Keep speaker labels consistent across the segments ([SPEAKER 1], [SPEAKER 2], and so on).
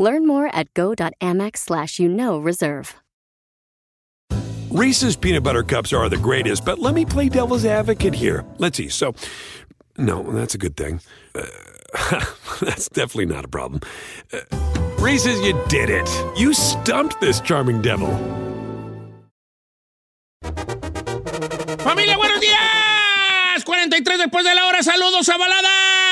[SPEAKER 1] Learn more at go.amex slash you know reserve.
[SPEAKER 2] Reese's peanut butter cups are the greatest, but let me play devil's advocate here. Let's see. So, no, that's a good thing. Uh, that's definitely not a problem. Uh, Reese's, you did it. You stumped this charming devil.
[SPEAKER 3] ¡Familia, buenos días! 43 después de la hora, saludos a Balada.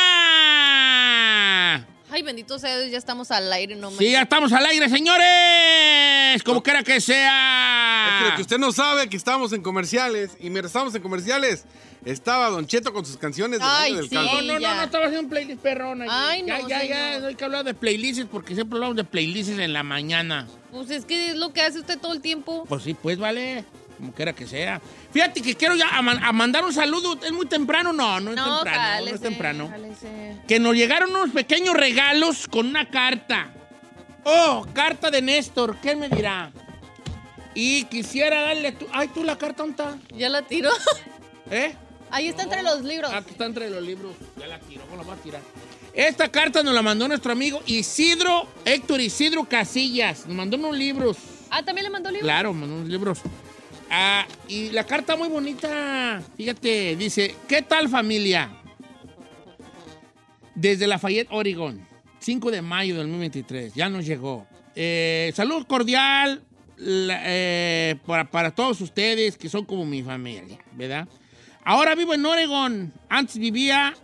[SPEAKER 4] Ay, bendito sea Dios, ya estamos al aire, no me.
[SPEAKER 3] Sí, ya estamos al aire, señores. Como quiera que
[SPEAKER 5] Pero
[SPEAKER 4] Ah.
[SPEAKER 3] sea.
[SPEAKER 5] que usted no sabe que estábamos en comerciales y mientras estábamos en comerciales estaba Don Cheto con sus canciones del
[SPEAKER 4] Ay,
[SPEAKER 5] año del
[SPEAKER 4] sí.
[SPEAKER 5] caldo.
[SPEAKER 3] No, no, no,
[SPEAKER 4] ya.
[SPEAKER 3] no estaba haciendo un playlist perrón.
[SPEAKER 4] Ay,
[SPEAKER 3] ya,
[SPEAKER 4] no,
[SPEAKER 3] ya, ya,
[SPEAKER 4] señor.
[SPEAKER 3] no hay que hablar de playlists porque siempre hablamos de playlists en la mañana.
[SPEAKER 4] Pues es que es lo que hace usted todo el tiempo.
[SPEAKER 3] Pues sí, pues vale, como quiera que sea. Fíjate que quiero ya a, man- a mandar un saludo. ¿Es muy temprano? No, no es
[SPEAKER 4] No,
[SPEAKER 3] temprano.
[SPEAKER 4] jálese,
[SPEAKER 3] no es temprano.
[SPEAKER 4] jálese.
[SPEAKER 3] Que nos llegaron unos pequeños regalos con una carta. Oh, carta de Néstor, ¿qué me dirá? Y quisiera darle tu... Ay, tú la carta, ¿dónde está?
[SPEAKER 4] Ya la tiró.
[SPEAKER 3] ¿Eh?
[SPEAKER 4] Ahí está entre los libros.
[SPEAKER 3] Aquí está entre los libros. Ya la tiro, ¿cómo la voy a tirar? Esta carta nos la mandó nuestro amigo Isidro, Héctor Isidro Casillas. Nos mandó unos libros.
[SPEAKER 4] Ah, también le mandó libros.
[SPEAKER 3] Claro, mandó unos libros. Ah, y la carta muy bonita. Fíjate, dice, ¿qué tal familia? Desde Lafayette, Oregon, 5 de mayo del 2023, ya nos llegó. Eh, salud cordial la- eh, para, para todos ustedes que son como mi familia, ¿verdad? Ahora vivo en Oregon, antes vivía...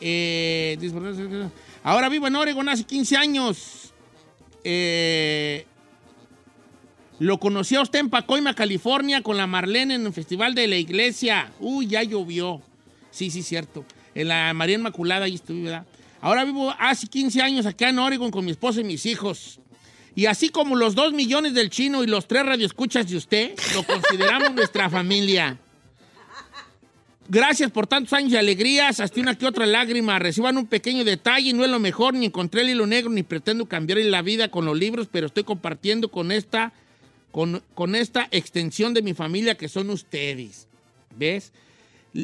[SPEAKER 3] eh, disfrutar- ahora vivo en Oregon hace 15 años. Eh, lo conocí a usted en Pacoima, California, con la Marlene en el Festival de la Iglesia. Uy, ya llovió. Sí, sí, cierto. En la María Inmaculada, ahí estuve, ¿verdad? Ahora vivo hace 15 años acá en Oregon con mi esposa y mis hijos. Y así como los dos millones del chino y los tres radioescuchas de usted, lo consideramos nuestra familia. Gracias por tantos años de alegrías, hasta una que otra lágrima. Reciban un pequeño detalle, no es lo mejor, ni encontré el hilo negro, ni pretendo cambiar la vida con los libros, pero estoy compartiendo con esta, con, con esta extensión de mi familia que son ustedes. ¿Ves?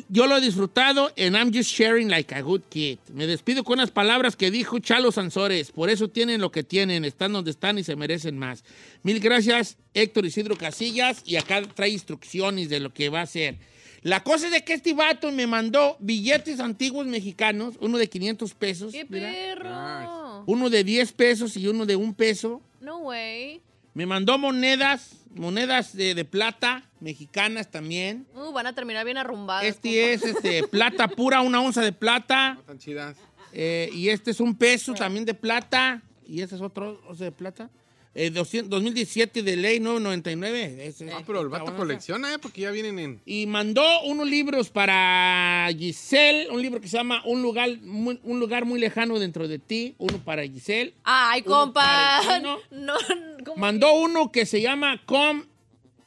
[SPEAKER 3] Yo lo he disfrutado en I'm Just Sharing Like a Good Kid. Me despido con unas palabras que dijo Chalo Sansores. Por eso tienen lo que tienen, están donde están y se merecen más. Mil gracias, Héctor Isidro Casillas. Y acá trae instrucciones de lo que va a hacer. La cosa es de que este vato me mandó billetes antiguos mexicanos, uno de 500 pesos,
[SPEAKER 4] ¡Qué
[SPEAKER 3] Pues, mira,
[SPEAKER 4] perro!
[SPEAKER 3] uno de 10 pesos y uno de un peso.
[SPEAKER 4] No way.
[SPEAKER 3] Me mandó monedas, monedas de, de plata, mexicanas también.
[SPEAKER 4] Uh, van a terminar bien arrumbados.
[SPEAKER 3] Este es este, plata pura, una onza de plata.
[SPEAKER 5] Tan chidas. Ah,
[SPEAKER 3] Eh, y este es un peso también de plata. Y este es otro onza de plata. Eh, 200 2017 de ley 999. Ese-
[SPEAKER 5] Ah, pero el
[SPEAKER 3] esta
[SPEAKER 5] vato
[SPEAKER 3] onza.
[SPEAKER 5] colecciona, ¿eh? Porque ya vienen en...
[SPEAKER 3] Y mandó unos libros para Giselle. Un libro que se llama Un lugar muy, un lugar muy lejano dentro de ti. Uno para Giselle.
[SPEAKER 4] Ay, compa.
[SPEAKER 3] Uno
[SPEAKER 4] No,
[SPEAKER 3] para
[SPEAKER 4] no, ¿cómo?
[SPEAKER 3] Mandó uno que se llama Com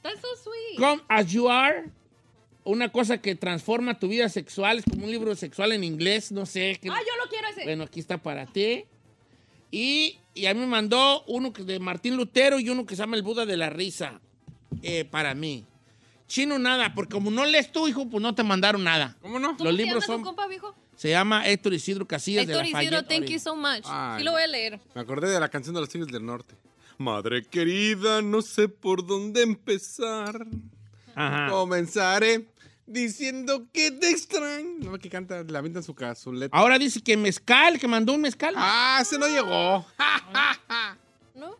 [SPEAKER 4] That's so sweet.
[SPEAKER 3] Come as you are. Una cosa que transforma tu vida sexual. Es como un libro sexual en inglés. No sé. qué-
[SPEAKER 4] Ah, yo lo quiero ese.
[SPEAKER 3] Bueno, aquí está para ti. Y, y a mí me mandó uno que- de Martín Lutero y uno que se llama El Buda de la Risa. eh, para mí. Chino nada, porque como no lees tú, hijo, pues no te mandaron nada.
[SPEAKER 5] ¿Cómo no?
[SPEAKER 4] ¿Cómo
[SPEAKER 3] los
[SPEAKER 4] se
[SPEAKER 3] libros
[SPEAKER 4] llama tu
[SPEAKER 3] son-
[SPEAKER 4] compa, viejo?
[SPEAKER 3] Se llama Héctor Isidro Casillas
[SPEAKER 4] Héctor
[SPEAKER 3] de la
[SPEAKER 4] Isidro, thank you so much.
[SPEAKER 5] Ay.
[SPEAKER 4] Sí lo voy a leer.
[SPEAKER 5] Me acordé de la canción de los Tigres del Norte. Madre querida, no sé por dónde empezar. Ah.
[SPEAKER 3] Ajá.
[SPEAKER 5] Comenzaré diciendo que te extraño. No, que canta, la avienta en su casa, su letra.
[SPEAKER 3] Ahora dice que mezcal, que mandó un mezcal.
[SPEAKER 5] Ah, se no llegó.
[SPEAKER 4] ¿No?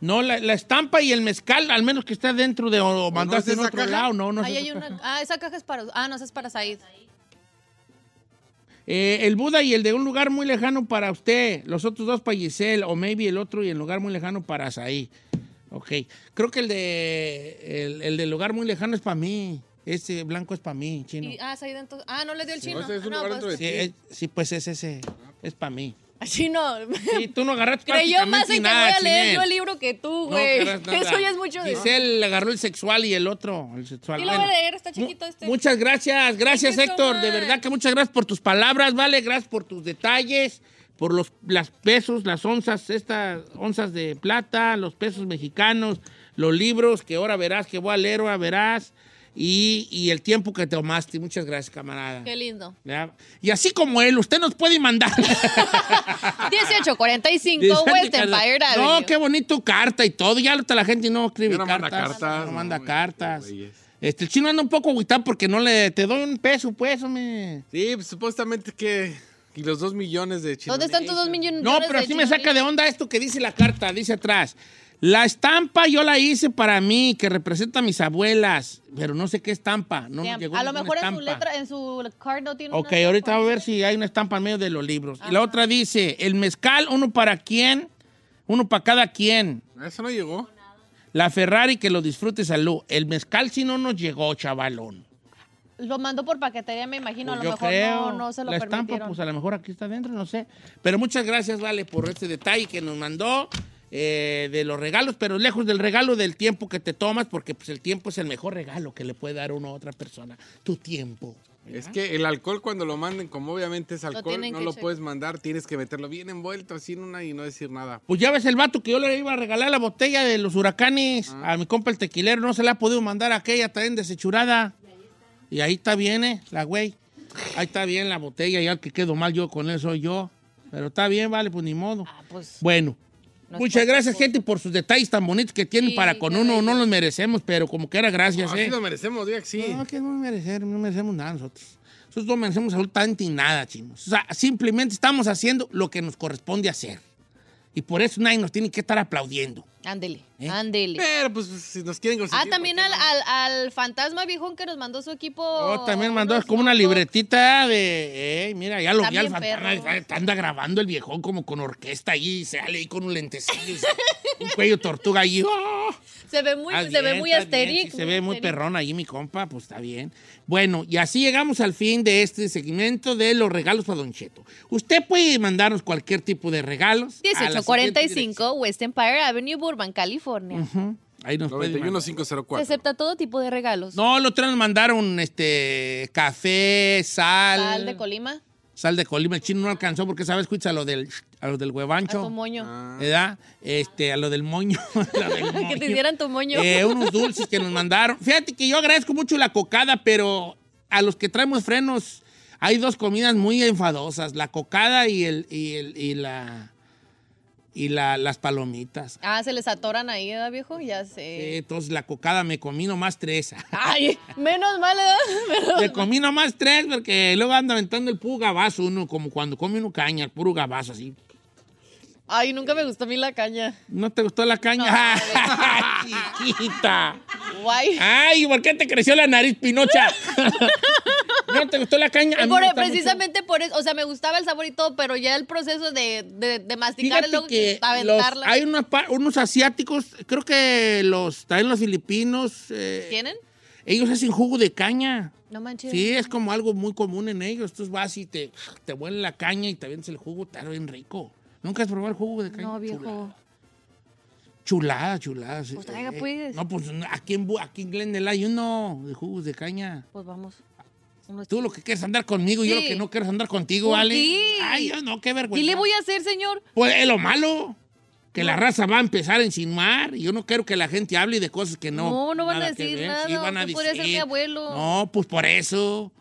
[SPEAKER 3] No, la, la estampa y el mezcal, al menos que está dentro de o, mandaste
[SPEAKER 5] es
[SPEAKER 3] en
[SPEAKER 5] esa
[SPEAKER 3] otro
[SPEAKER 5] caja?
[SPEAKER 3] lado, no, no. es
[SPEAKER 4] Ahí
[SPEAKER 3] esa
[SPEAKER 4] hay
[SPEAKER 3] caja.
[SPEAKER 4] una. Ah, esa caja es para. Ah, no, esa es para Said.
[SPEAKER 3] Eh, el Buda y el de un lugar muy lejano para usted. Los otros dos para Giselle. O maybe el otro y el lugar muy lejano para Azaí. Ok. Creo que el de el, el del lugar muy lejano es para mí. Este blanco es para mí, chino.
[SPEAKER 4] Y- ah, Said entonces. Ah, no le dio el chino.
[SPEAKER 5] ese es un
[SPEAKER 4] Ah, no,
[SPEAKER 5] lugar
[SPEAKER 4] pues-
[SPEAKER 5] dentro de
[SPEAKER 3] Sí, eh, sí, pues es ese. Es para mí.
[SPEAKER 4] Así no.
[SPEAKER 3] Y tú no agarraste
[SPEAKER 4] Creyó más
[SPEAKER 3] prácticamente
[SPEAKER 4] en que
[SPEAKER 3] nada,
[SPEAKER 4] voy a leer
[SPEAKER 3] Chinel.
[SPEAKER 4] yo el libro que tú,
[SPEAKER 3] No
[SPEAKER 4] güey.
[SPEAKER 3] agarras nada.
[SPEAKER 4] Eso ya es mucho de...
[SPEAKER 3] Giselle le agarró el sexual y el otro, el sexual.
[SPEAKER 4] Sí, lo voy a leer, está chiquito este.
[SPEAKER 3] Muchas gracias, gracias
[SPEAKER 4] Thank you so
[SPEAKER 3] Héctor, de
[SPEAKER 4] much.
[SPEAKER 3] verdad que muchas gracias por tus palabras, vale, gracias por tus detalles, por los las pesos, las onzas, estas onzas de plata, los pesos mexicanos, los libros que ahora verás, que voy a leer, ahora verás, y, y el tiempo que tomaste. Muchas gracias, camarada.
[SPEAKER 4] Qué lindo.
[SPEAKER 3] Ya. Y así como él, usted nos puede mandar.
[SPEAKER 4] 1845 West
[SPEAKER 3] Dice,
[SPEAKER 4] Empire Avenue.
[SPEAKER 3] No, qué bonito carta y todo. Ya hasta la gente no escribe
[SPEAKER 5] Ya no manda
[SPEAKER 3] cartas.
[SPEAKER 5] cartas,
[SPEAKER 3] No
[SPEAKER 5] no,
[SPEAKER 3] manda
[SPEAKER 5] güey,
[SPEAKER 3] cartas.
[SPEAKER 5] qué güeyes.
[SPEAKER 3] Este, el chino anda un poco agüitado porque no le... Te doy un peso, pues,
[SPEAKER 4] Mm,
[SPEAKER 3] hombre.
[SPEAKER 5] Sí, pues, supuestamente que. Y los dos millones de chinos.
[SPEAKER 4] ¿Dónde están tus dos millones
[SPEAKER 3] No, pero
[SPEAKER 4] de
[SPEAKER 3] así me
[SPEAKER 4] chinos?
[SPEAKER 3] saca de onda esto que dice la carta. Dice atrás. La estampa yo la hice para mí, que representa a mis abuelas. Pero no sé qué estampa. No me
[SPEAKER 4] Damn.
[SPEAKER 3] llegó
[SPEAKER 4] A lo
[SPEAKER 3] ninguna
[SPEAKER 4] mejor en su
[SPEAKER 3] estampa.
[SPEAKER 4] letra, en su card no tiene
[SPEAKER 3] Ok,
[SPEAKER 4] una
[SPEAKER 3] ahorita
[SPEAKER 4] estampa.
[SPEAKER 3] voy a ver si hay una estampa en medio de los libros. Y la otra dice, el mezcal, uno para quién, uno para cada quien.
[SPEAKER 5] Ah, Eso no llegó.
[SPEAKER 3] La Ferrari, que lo disfrute, salud. El mezcal si no nos llegó, chavalón.
[SPEAKER 4] Lo mandó por paquetería, me imagino.
[SPEAKER 3] Pues
[SPEAKER 4] a lo
[SPEAKER 3] yo
[SPEAKER 4] mejor
[SPEAKER 3] creo.
[SPEAKER 4] no, no se lo
[SPEAKER 3] la estampa,
[SPEAKER 4] permitieron.
[SPEAKER 3] pues a lo mejor aquí está adentro, no sé. Pero muchas gracias, Vale, por este detalle que nos mandó eh, de los regalos, pero lejos del regalo del tiempo que te tomas, porque pues el tiempo es el mejor regalo que le puede dar uno a otra persona. Tu tiempo.
[SPEAKER 5] Es que el alcohol, cuando lo manden, como obviamente es alcohol,
[SPEAKER 4] tienen
[SPEAKER 5] no
[SPEAKER 4] que
[SPEAKER 5] lo
[SPEAKER 4] checar.
[SPEAKER 5] puedes mandar, tienes que meterlo bien envuelto, así en una y no decir nada.
[SPEAKER 3] Pues ya ves el vato que yo le iba a regalar la botella de los huracanes a mi compa el tequilero. No se la ha podido mandar a aquella también desechurada. Y ahí está bien, eh, la güey. Ahí está bien la botella. Ya el que quedo mal yo con eso soy yo. Pero está bien, vale, pues ni modo.
[SPEAKER 4] Ah, pues,
[SPEAKER 3] Bueno.
[SPEAKER 4] No es
[SPEAKER 3] Muchas
[SPEAKER 4] poco,
[SPEAKER 3] gracias,
[SPEAKER 4] poco.
[SPEAKER 3] gente, por sus detalles tan bonitos que tienen
[SPEAKER 4] Sí,
[SPEAKER 3] para con
[SPEAKER 4] qué
[SPEAKER 3] uno. No
[SPEAKER 4] bello.
[SPEAKER 3] los merecemos, pero como que era gracias,
[SPEAKER 5] Así
[SPEAKER 3] ¿eh?
[SPEAKER 5] lo merecemos, diga que sí.
[SPEAKER 3] No, que no merecemos, no merecemos nada nosotros. Nosotros no merecemos absolutamente nada, chinos. O sea, simplemente estamos haciendo lo que nos corresponde hacer. Y por eso nadie nos tiene que estar aplaudiendo.
[SPEAKER 4] ándele,
[SPEAKER 3] ¿Eh?
[SPEAKER 4] ándele.
[SPEAKER 5] Pero pues si nos quieren
[SPEAKER 4] Ah,
[SPEAKER 5] consentir,
[SPEAKER 4] también al, al, al fantasma viejón que nos mandó su equipo.
[SPEAKER 3] Oh, también mandó
[SPEAKER 4] unos
[SPEAKER 3] como una
[SPEAKER 4] hot dogs.
[SPEAKER 3] libretita de. eh, mira, ya lo
[SPEAKER 4] Está
[SPEAKER 3] vi al
[SPEAKER 4] bien
[SPEAKER 3] fantasma.
[SPEAKER 4] perro.
[SPEAKER 3] está- Anda grabando el viejón como con orquesta ahí. y Sale ahí con un lentecillo. y se- un cuello tortuga ahí. ¡Oh!
[SPEAKER 4] Se ve muy,
[SPEAKER 3] Está
[SPEAKER 4] Pues, se ve
[SPEAKER 3] bien,
[SPEAKER 4] muy
[SPEAKER 3] está bien,
[SPEAKER 4] asteric.
[SPEAKER 3] sí, se ve muy
[SPEAKER 4] asteric.
[SPEAKER 3] perrón ahí, mi compa, pues está bien. Bueno, y así llegamos al fin de este segmento de los regalos para Don Cheto. Usted puede mandarnos cualquier tipo de regalos. a la siguiente
[SPEAKER 4] 1845 West Empire Avenue, Burbank, California.
[SPEAKER 3] dirección. Ujú,
[SPEAKER 5] pues,
[SPEAKER 3] Ahí nos puede mandar.
[SPEAKER 5] 91504.
[SPEAKER 4] Se acepta todo tipo de regalos.
[SPEAKER 3] No, lo otro día nos mandaron este, café, sal.
[SPEAKER 4] Sal de Colima,
[SPEAKER 3] sal de Colima. El chino no alcanzó porque, ¿sabes? Escucha a lo del, a lo del
[SPEAKER 4] a tu
[SPEAKER 3] huevancho.
[SPEAKER 4] moño.
[SPEAKER 5] Ah,
[SPEAKER 3] ¿Verdad? Este, a lo del moño. a lo del
[SPEAKER 4] que te
[SPEAKER 3] moño.
[SPEAKER 4] hicieran tu moño.
[SPEAKER 3] Eh, unos dulces que nos mandaron. Fíjate que yo agradezco mucho la cocada, pero a los que traemos frenos hay dos comidas muy enfadosas, la cocada y el y, el- y la y la- las palomitas.
[SPEAKER 4] Ah, se les atoran ahí, ¿verdad, viejo? Ya sé.
[SPEAKER 3] Eh, entonces la cocada me comí nomás tres.
[SPEAKER 4] Ay, menos mal, ¿verdad? Menos-
[SPEAKER 3] Me comí nomás tres porque luego ando aventando el puro gabazo uno, como cuando come uno caña, el puro gabazo así.
[SPEAKER 4] Ay, nunca me gustó a mí la caña.
[SPEAKER 3] ¿No te gustó la caña? Chiquita.
[SPEAKER 4] Guay.
[SPEAKER 3] Ay, ¿por qué te creció la nariz, Pinocha? ¿No te gustó la caña? A mí
[SPEAKER 4] Por- e,
[SPEAKER 3] me gusta mucho.
[SPEAKER 4] precisamente por eso, o sea, me gustaba el sabor y todo, pero ya el proceso de, de, de masticar
[SPEAKER 3] Fíjate
[SPEAKER 4] luego
[SPEAKER 3] que los-
[SPEAKER 4] aventarla.
[SPEAKER 3] hay una pa- unos asiáticos, creo que los también los filipinos, eh,
[SPEAKER 4] ¿Tienen?
[SPEAKER 3] ellos hacen jugo de caña.
[SPEAKER 4] No manches.
[SPEAKER 3] Sí, es como algo muy común en ellos. Tú vas y te, te huele la caña y te avientas el jugo, está bien rico. ¿Nunca has probado el jugo de caña?
[SPEAKER 4] No, viejo.
[SPEAKER 3] Chulada. Chulada, chulada.
[SPEAKER 4] Pues traiga, pues.
[SPEAKER 3] No, pues aquí en, Bu- aquí en Glendale hay uno de jugos de caña.
[SPEAKER 4] Pues vamos. Unos-
[SPEAKER 3] Tú lo que quieres andar conmigo, yo
[SPEAKER 4] Sí.
[SPEAKER 3] lo que no quieres andar contigo,
[SPEAKER 4] ¿Por
[SPEAKER 3] Ale.
[SPEAKER 4] qué?
[SPEAKER 3] Ay, yo no, qué vergüenza.
[SPEAKER 4] ¿Qué le voy a hacer, señor?
[SPEAKER 3] Pues es lo malo. Que la raza va a empezar a insinuar. y Yo no quiero que la gente hable de cosas que no.
[SPEAKER 4] No, no van a
[SPEAKER 3] nada que
[SPEAKER 4] decir
[SPEAKER 3] ver.
[SPEAKER 4] nada,
[SPEAKER 3] Sí, van a
[SPEAKER 4] usted podría ser
[SPEAKER 3] decir.
[SPEAKER 4] mi abuelo.
[SPEAKER 3] No, pues por eso.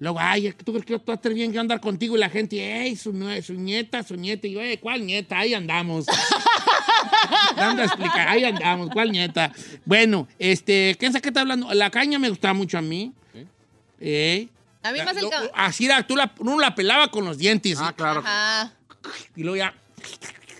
[SPEAKER 3] Luego, ay, ¿tú crees que yo te voy a estar bien que andar contigo? Y la gente, ey, su, nue- su nieta, su nieta. Y yo, ey, ¿cuál nieta? Ahí andamos. Dando a explicar, ahí andamos, ¿cuál nieta? Bueno, este, ¿quién sabe qué está hablando? La caña me gustaba mucho a mí. Eh.
[SPEAKER 4] A mí
[SPEAKER 3] La-
[SPEAKER 4] más el
[SPEAKER 3] lo-
[SPEAKER 4] ca-
[SPEAKER 3] Así era, tú la, uno la pelaba con los dientes.
[SPEAKER 5] Ah, claro.
[SPEAKER 4] Ajá.
[SPEAKER 3] Y luego ya...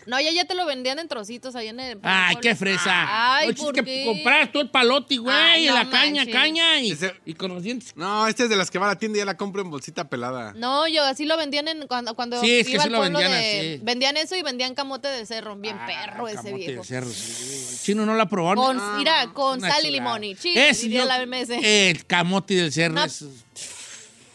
[SPEAKER 4] No, ya, ya te lo vendían en trocitos ahí en el.
[SPEAKER 3] Ay, qué fresa.
[SPEAKER 4] Ay,
[SPEAKER 3] No, chis,
[SPEAKER 4] ¿por
[SPEAKER 3] que
[SPEAKER 4] qué?
[SPEAKER 3] compras todo el palote,
[SPEAKER 4] Ay,
[SPEAKER 3] güey, y
[SPEAKER 4] no
[SPEAKER 3] la caña,
[SPEAKER 4] manches.
[SPEAKER 3] caña, y,
[SPEAKER 5] Ese-
[SPEAKER 3] y con los dientes.
[SPEAKER 5] No, esta es de las que va a la tienda y ya la compro en bolsita pelada.
[SPEAKER 4] No, yo así lo vendían en, cuando, cuando
[SPEAKER 3] Sí, es que
[SPEAKER 4] iba
[SPEAKER 3] sí
[SPEAKER 4] al
[SPEAKER 3] lo
[SPEAKER 4] pueblo
[SPEAKER 3] vendían
[SPEAKER 4] de-
[SPEAKER 3] así.
[SPEAKER 4] Vendían eso y vendían camote de cerro. Bien
[SPEAKER 3] Ah,
[SPEAKER 4] perro ese
[SPEAKER 3] camote
[SPEAKER 4] viejo.
[SPEAKER 3] de cerro, sí. El chino no la probó.
[SPEAKER 4] Con,
[SPEAKER 3] Ah,
[SPEAKER 4] mira, con
[SPEAKER 3] una
[SPEAKER 4] sal y
[SPEAKER 3] chulada.
[SPEAKER 4] limón y chile,
[SPEAKER 3] Ese
[SPEAKER 4] diría
[SPEAKER 3] yo-
[SPEAKER 4] la MS.
[SPEAKER 3] El camote del cerro.
[SPEAKER 4] No.
[SPEAKER 3] es-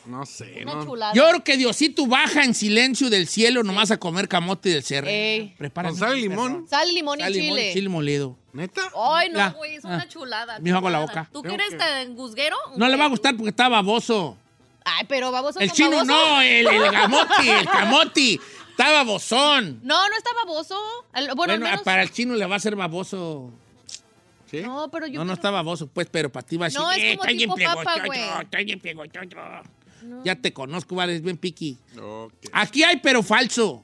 [SPEAKER 5] No sé,
[SPEAKER 4] Una
[SPEAKER 5] no.
[SPEAKER 4] chulada.
[SPEAKER 3] Yo creo que Diosito baja en silencio del cielo nomás a comer camote del cerro.
[SPEAKER 4] Ey.
[SPEAKER 3] Prepara
[SPEAKER 5] ¿Con sal y limón?
[SPEAKER 4] Sal, limón y
[SPEAKER 3] Sal, limón,
[SPEAKER 4] chile.
[SPEAKER 3] chile molido.
[SPEAKER 5] ¿Neta?
[SPEAKER 4] Ay,
[SPEAKER 3] La-
[SPEAKER 4] no, güey, es una
[SPEAKER 3] ah.
[SPEAKER 4] chulada.
[SPEAKER 3] Me hago la
[SPEAKER 4] chulada.
[SPEAKER 3] boca.
[SPEAKER 4] ¿Tú
[SPEAKER 5] Tengo
[SPEAKER 4] que eres
[SPEAKER 5] que-
[SPEAKER 4] tan gusguero?
[SPEAKER 3] No le va a gustar porque está baboso.
[SPEAKER 4] Ay, pero baboso
[SPEAKER 3] El
[SPEAKER 4] con
[SPEAKER 3] chino
[SPEAKER 4] baboso.
[SPEAKER 3] no, eh. el, el camote, el camote. Está babosón.
[SPEAKER 4] No, no está baboso. Al- Bueno,
[SPEAKER 3] Bueno,
[SPEAKER 4] al menos...
[SPEAKER 3] para el chino le va a ser baboso.
[SPEAKER 5] ¿Sí?
[SPEAKER 4] No, pero yo
[SPEAKER 3] no, no
[SPEAKER 4] creo-
[SPEAKER 3] está baboso, pues, pero para ti va a decir,
[SPEAKER 4] No, es
[SPEAKER 3] "Eh,
[SPEAKER 4] como
[SPEAKER 3] está bien
[SPEAKER 4] tipo papa,
[SPEAKER 3] piegochocho,
[SPEAKER 4] güey.
[SPEAKER 3] está bien piegochocho". Ya te conozco, vale, es bien piqui.
[SPEAKER 5] Ok.
[SPEAKER 3] Aquí hay, pero falso.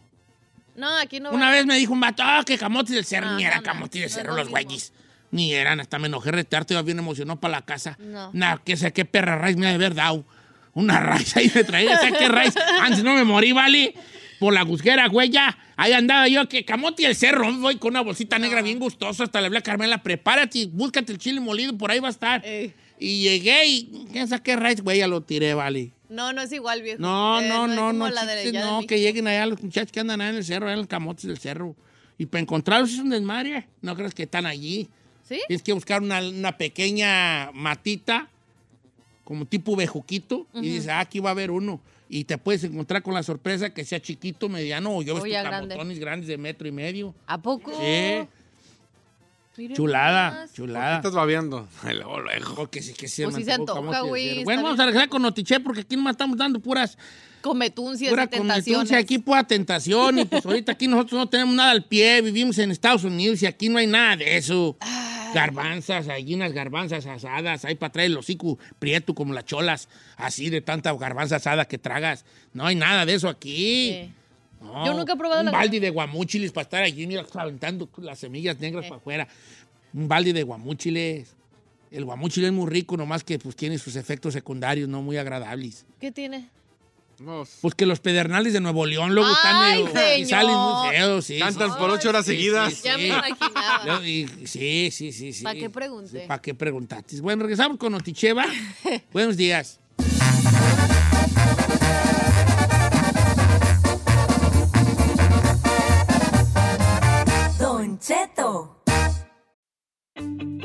[SPEAKER 4] No, aquí no.
[SPEAKER 3] Una
[SPEAKER 4] va-
[SPEAKER 3] vez me dijo un vato, ah, que camotes del cerro,
[SPEAKER 4] No,
[SPEAKER 3] ni
[SPEAKER 4] no,
[SPEAKER 3] eran
[SPEAKER 4] no,
[SPEAKER 3] camotes del
[SPEAKER 4] no es
[SPEAKER 3] cerro
[SPEAKER 4] lo
[SPEAKER 3] los
[SPEAKER 4] mismo.
[SPEAKER 3] güeyes. Ni eran, hasta me enojé retarte, iba bien emocionado para la casa.
[SPEAKER 4] No.
[SPEAKER 3] Nah, que sé qué perra raíz me ha de haber dado. Una raíz ahí me traía, sé qué raíz. Antes no me morí, vale. Por la gusguera, güey, ya. Ahí andaba yo, que camote del cerro, voy con una bolsita negra bien gustosa. Hasta le hablé a Carmela, prepárate, búscate el chile molido, por ahí va a estar.
[SPEAKER 4] Ey.
[SPEAKER 3] Y llegué y, ¿quién sabe qué raíz, güey? Ya lo tiré, vale.
[SPEAKER 4] No, no es igual, viejo.
[SPEAKER 3] No,
[SPEAKER 4] Eh,
[SPEAKER 3] no,
[SPEAKER 4] es
[SPEAKER 3] no,
[SPEAKER 4] como
[SPEAKER 3] no.
[SPEAKER 4] la de
[SPEAKER 3] chistes,
[SPEAKER 4] allá de
[SPEAKER 3] no,
[SPEAKER 4] México.
[SPEAKER 3] que lleguen allá los muchachos que andan allá en el cerro, allá en los camotes del cerro. Y para encontrarlos es un desmadre. No crees que están allí.
[SPEAKER 4] ¿Sí?
[SPEAKER 3] Tienes que buscar una, una pequeña matita, como tipo bejuquito, y dices, ah, aquí va a haber uno. Y te puedes encontrar con la sorpresa que sea chiquito, mediano, o yo
[SPEAKER 4] O
[SPEAKER 3] ves
[SPEAKER 4] ya
[SPEAKER 3] tus
[SPEAKER 4] grande.
[SPEAKER 3] camotones grandes de metro y medio.
[SPEAKER 4] ¿A poco?
[SPEAKER 3] Sí.
[SPEAKER 4] Miren
[SPEAKER 3] Chulada,
[SPEAKER 4] nomás.
[SPEAKER 5] ¿Qué
[SPEAKER 3] chulada.
[SPEAKER 5] estás babeando? Ay, luego, luego.
[SPEAKER 3] Porque sí que se
[SPEAKER 4] Pues
[SPEAKER 3] me
[SPEAKER 4] sí se
[SPEAKER 3] antojó
[SPEAKER 4] antoja,
[SPEAKER 3] camote del
[SPEAKER 4] güey,
[SPEAKER 3] cerro.
[SPEAKER 4] está
[SPEAKER 3] Bueno, vamos a
[SPEAKER 4] bien.
[SPEAKER 3] regresar con Notiche, porque aquí nomás estamos dando puras
[SPEAKER 4] Cometuncias
[SPEAKER 3] Pura
[SPEAKER 4] y tentaciones.
[SPEAKER 3] competencia aquí, pura tentación. Y pues ahorita aquí nosotros no tenemos nada al pie, vivimos en Estados Unidos y aquí no hay nada de eso. Garbanzas, hay unas garbanzas asadas, hay para traer el hocico prieto como las cholas, así de tanta garbanza asada que tragas. No hay nada de eso aquí.
[SPEAKER 4] Sí.
[SPEAKER 3] No,
[SPEAKER 4] Yo nunca he probado
[SPEAKER 3] un
[SPEAKER 4] la-
[SPEAKER 3] balde de guamúchiles para estar allí, mira, aventando las semillas negras para afuera. Un balde de guamúchiles. El guamúchile es muy rico, nomás que pues tiene sus efectos secundarios no muy agradables.
[SPEAKER 4] ¿Qué tiene?
[SPEAKER 5] Vamos.
[SPEAKER 3] Pues que los pedernales de Nuevo León luego
[SPEAKER 4] Ay,
[SPEAKER 3] están medio- y
[SPEAKER 4] señor.
[SPEAKER 3] salen muy feos, sí.
[SPEAKER 5] Cantan
[SPEAKER 3] sí,
[SPEAKER 5] por ocho horas
[SPEAKER 3] sí,
[SPEAKER 5] seguidas.
[SPEAKER 3] sí,
[SPEAKER 4] Ya me
[SPEAKER 3] sí.
[SPEAKER 4] imaginaba.
[SPEAKER 3] Luego, y- Sí, sí, sí, sí.
[SPEAKER 4] ¿Pa' qué pregunté?
[SPEAKER 3] ¿Para qué preguntaste? Bueno, regresamos con Oticheva. Buenos días.
[SPEAKER 6] Don Cheto.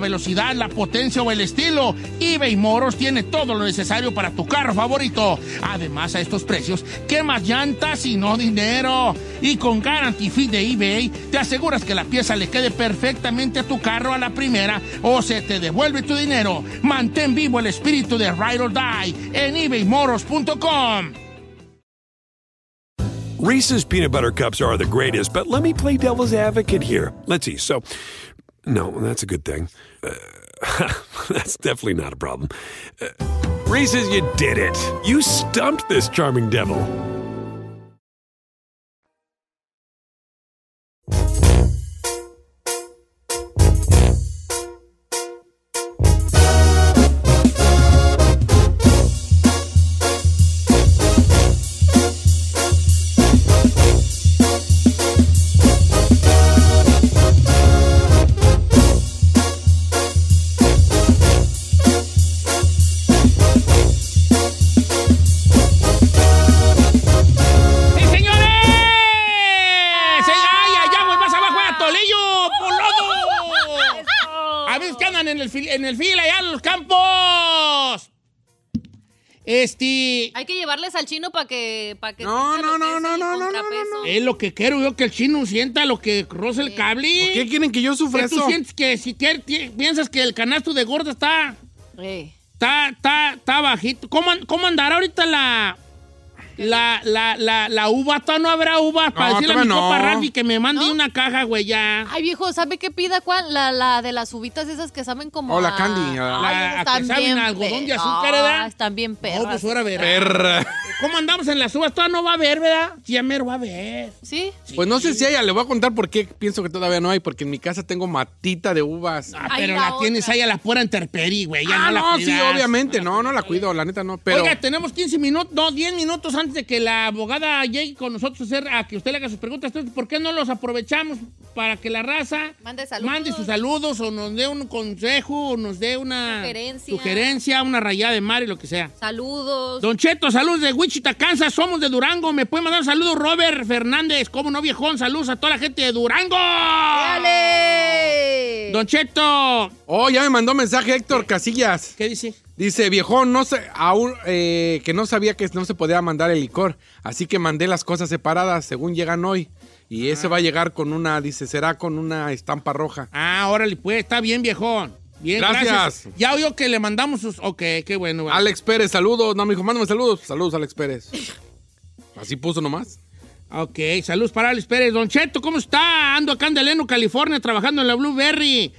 [SPEAKER 3] velocidad, la potencia o el estilo, eBay Moros tiene todo lo necesario para tu carro favorito. Además, a estos precios, ¿qué más llantas y no dinero? Y con Guarantee Fee de eBay, te aseguras que la pieza le quede perfectamente a tu carro a la primera o se te devuelve tu dinero. Mantén vivo el espíritu de Ride or Die en ebaymoros.com.
[SPEAKER 2] Reese's peanut butter cups are the greatest, but let me play devil's advocate here. Let's see. So, no, that's a good thing. Uh, that's definitely not a problem. Uh, Reese's, you did it. You stumped this charming devil.
[SPEAKER 3] ¡Sí, señores! ¡Sí! ¡Ay, ay, ay! güey, ¡Más abajo a Tolillo! ¡Polodo! A veces que andan en el, fil- en el fila allá en los campos. Este...
[SPEAKER 4] Hay que llevarles al chino para que, para que.
[SPEAKER 5] No,
[SPEAKER 4] sienta
[SPEAKER 5] no,
[SPEAKER 4] lo que
[SPEAKER 5] no,
[SPEAKER 4] es
[SPEAKER 5] no,
[SPEAKER 4] el
[SPEAKER 5] no, no, no,
[SPEAKER 4] contrapeso.
[SPEAKER 3] Es lo que quiero yo, que el chino sienta lo que roza el cable.
[SPEAKER 5] ¿Qué quieren que yo sufra
[SPEAKER 3] Que tú
[SPEAKER 5] eso?
[SPEAKER 3] sientes que si quieres- ti- piensas que el canasto de gorda está...
[SPEAKER 4] Ey.
[SPEAKER 3] Está, está, está bajito. ¿Cómo, an- cómo andará ahorita la, La, la, la, la uva, ¿todavía no habrá uva para
[SPEAKER 5] No,
[SPEAKER 3] decirle a mi
[SPEAKER 5] todavía no.
[SPEAKER 3] copa Ralphie que me mande
[SPEAKER 4] ¿No?
[SPEAKER 3] una caja, güey, ya.
[SPEAKER 4] Ay, viejo, ¿sabe qué pida cuál? La, la de las uvitas esas que saben como.
[SPEAKER 5] Oh, la
[SPEAKER 4] a-
[SPEAKER 5] candy, a la-
[SPEAKER 4] Ay,
[SPEAKER 3] a que
[SPEAKER 4] esas están
[SPEAKER 3] saben
[SPEAKER 4] bien
[SPEAKER 3] a algodón de
[SPEAKER 4] per-
[SPEAKER 3] azúcar,
[SPEAKER 4] Ah,
[SPEAKER 3] ¿verdad?
[SPEAKER 4] Están bien perras.
[SPEAKER 3] No, pues ahora verá.
[SPEAKER 5] Perra.
[SPEAKER 3] ¿Cómo andamos en las uvas? Todavía no va a haber, ¿verdad? Sí, Ya mero va a haber.
[SPEAKER 4] ¿Sí?
[SPEAKER 5] Pues no sé si haya, le voy a contar por qué pienso que todavía no hay, porque en mi casa tengo matita de uvas.
[SPEAKER 3] Ah,
[SPEAKER 4] Ahí
[SPEAKER 3] pero
[SPEAKER 4] la
[SPEAKER 3] la tienes
[SPEAKER 4] otra.
[SPEAKER 3] ahí a la pura interperi, güey. Ya
[SPEAKER 5] ah,
[SPEAKER 3] no, la
[SPEAKER 5] no, sí,
[SPEAKER 3] cuidas.
[SPEAKER 5] obviamente, no, no la cuido, la neta no, pero...
[SPEAKER 3] Oiga, tenemos 15 minutos, no, 10 minutos antes de que la abogada llegue con nosotros a, hacer, a que usted le haga sus preguntas. Entonces, ¿por qué no los aprovechamos para que la raza
[SPEAKER 4] Mande saludos.
[SPEAKER 3] mande sus saludos o nos dé un consejo o nos dé una
[SPEAKER 4] Sugerencia.
[SPEAKER 3] sugerencia, una rayada de mar y lo que sea?
[SPEAKER 4] Saludos.
[SPEAKER 3] Don Cheto, saludos de Wichita, Kansas, somos de Durango. ¿Me puede mandar un saludo Robert Fernández? ¿Cómo no, viejón? Saludos a toda la gente de Durango.
[SPEAKER 4] ¡Dale!
[SPEAKER 3] Don Cheto,
[SPEAKER 5] Oh, ya me mandó mensaje Héctor Casillas.
[SPEAKER 3] ¿qué dice?
[SPEAKER 5] Dice, viejón, no sé, aún, eh, que no sabía que no se podía mandar el licor, así que mandé las cosas separadas según llegan hoy. Y ese va a llegar con una, dice, será con una estampa roja.
[SPEAKER 3] Ah, órale, pues, está bien, viejón. Bien, gracias.
[SPEAKER 5] Gracias.
[SPEAKER 3] Ya oyó que le mandamos sus... Ok, qué bueno. vale.
[SPEAKER 5] Alex Pérez, saludos. No, me dijo, mándame saludos. Saludos, Alex Pérez. Así puso nomás.
[SPEAKER 3] Ok, saludos para Alex Pérez. Don Cheto, ¿cómo está? Ando acá en Deleno, California, trabajando en la Blueberry.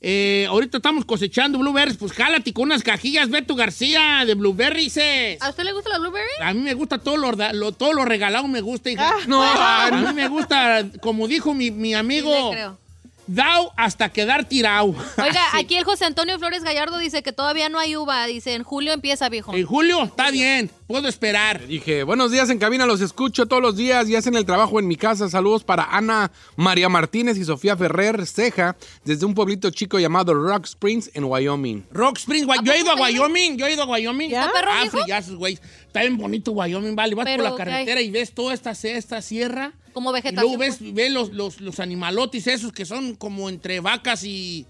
[SPEAKER 3] Eh, ahorita estamos cosechando blueberries. Pues jálate con unas cajillas, Beto García, de blueberries.
[SPEAKER 4] ¿A usted le gusta la blueberry?
[SPEAKER 3] A mí me gusta todo lo, orda- lo- todo lo regalado, me gusta, hija.
[SPEAKER 4] Ah.
[SPEAKER 5] No,
[SPEAKER 3] A
[SPEAKER 5] ay,
[SPEAKER 3] mí me gusta, como dijo mi, mi
[SPEAKER 4] Sí,
[SPEAKER 3] amigo,
[SPEAKER 4] le creo.
[SPEAKER 3] dao hasta quedar tirado.
[SPEAKER 4] Oiga, aquí el José Antonio Flores Gallardo dice que todavía no hay uva. Dice, en julio empieza, viejo.
[SPEAKER 3] En julio está bien, puedo esperar.
[SPEAKER 5] Dije, buenos días en cabina, los escucho todos los días y hacen el trabajo en mi casa. Saludos para Ana María Martínez y Sofía Ferrer Ceja desde un pueblito chico llamado Rock Springs en Wyoming.
[SPEAKER 3] Rock Springs, Guay- yo he ido a
[SPEAKER 4] poco te
[SPEAKER 3] Wyoming, yo he ido a Wyoming.
[SPEAKER 4] ¿Está perro,
[SPEAKER 3] Ah,
[SPEAKER 4] viejo?
[SPEAKER 3] frillazos, güey. Está bien bonito Wyoming, vale. Vas por
[SPEAKER 4] Pero,
[SPEAKER 3] la
[SPEAKER 4] ¿qué
[SPEAKER 3] carretera y ves toda esta, esta sierra.
[SPEAKER 4] Como
[SPEAKER 3] Y
[SPEAKER 4] vegetación. pues.
[SPEAKER 3] luego ves, ves los, los, los animalotis esos que son como entre vacas y...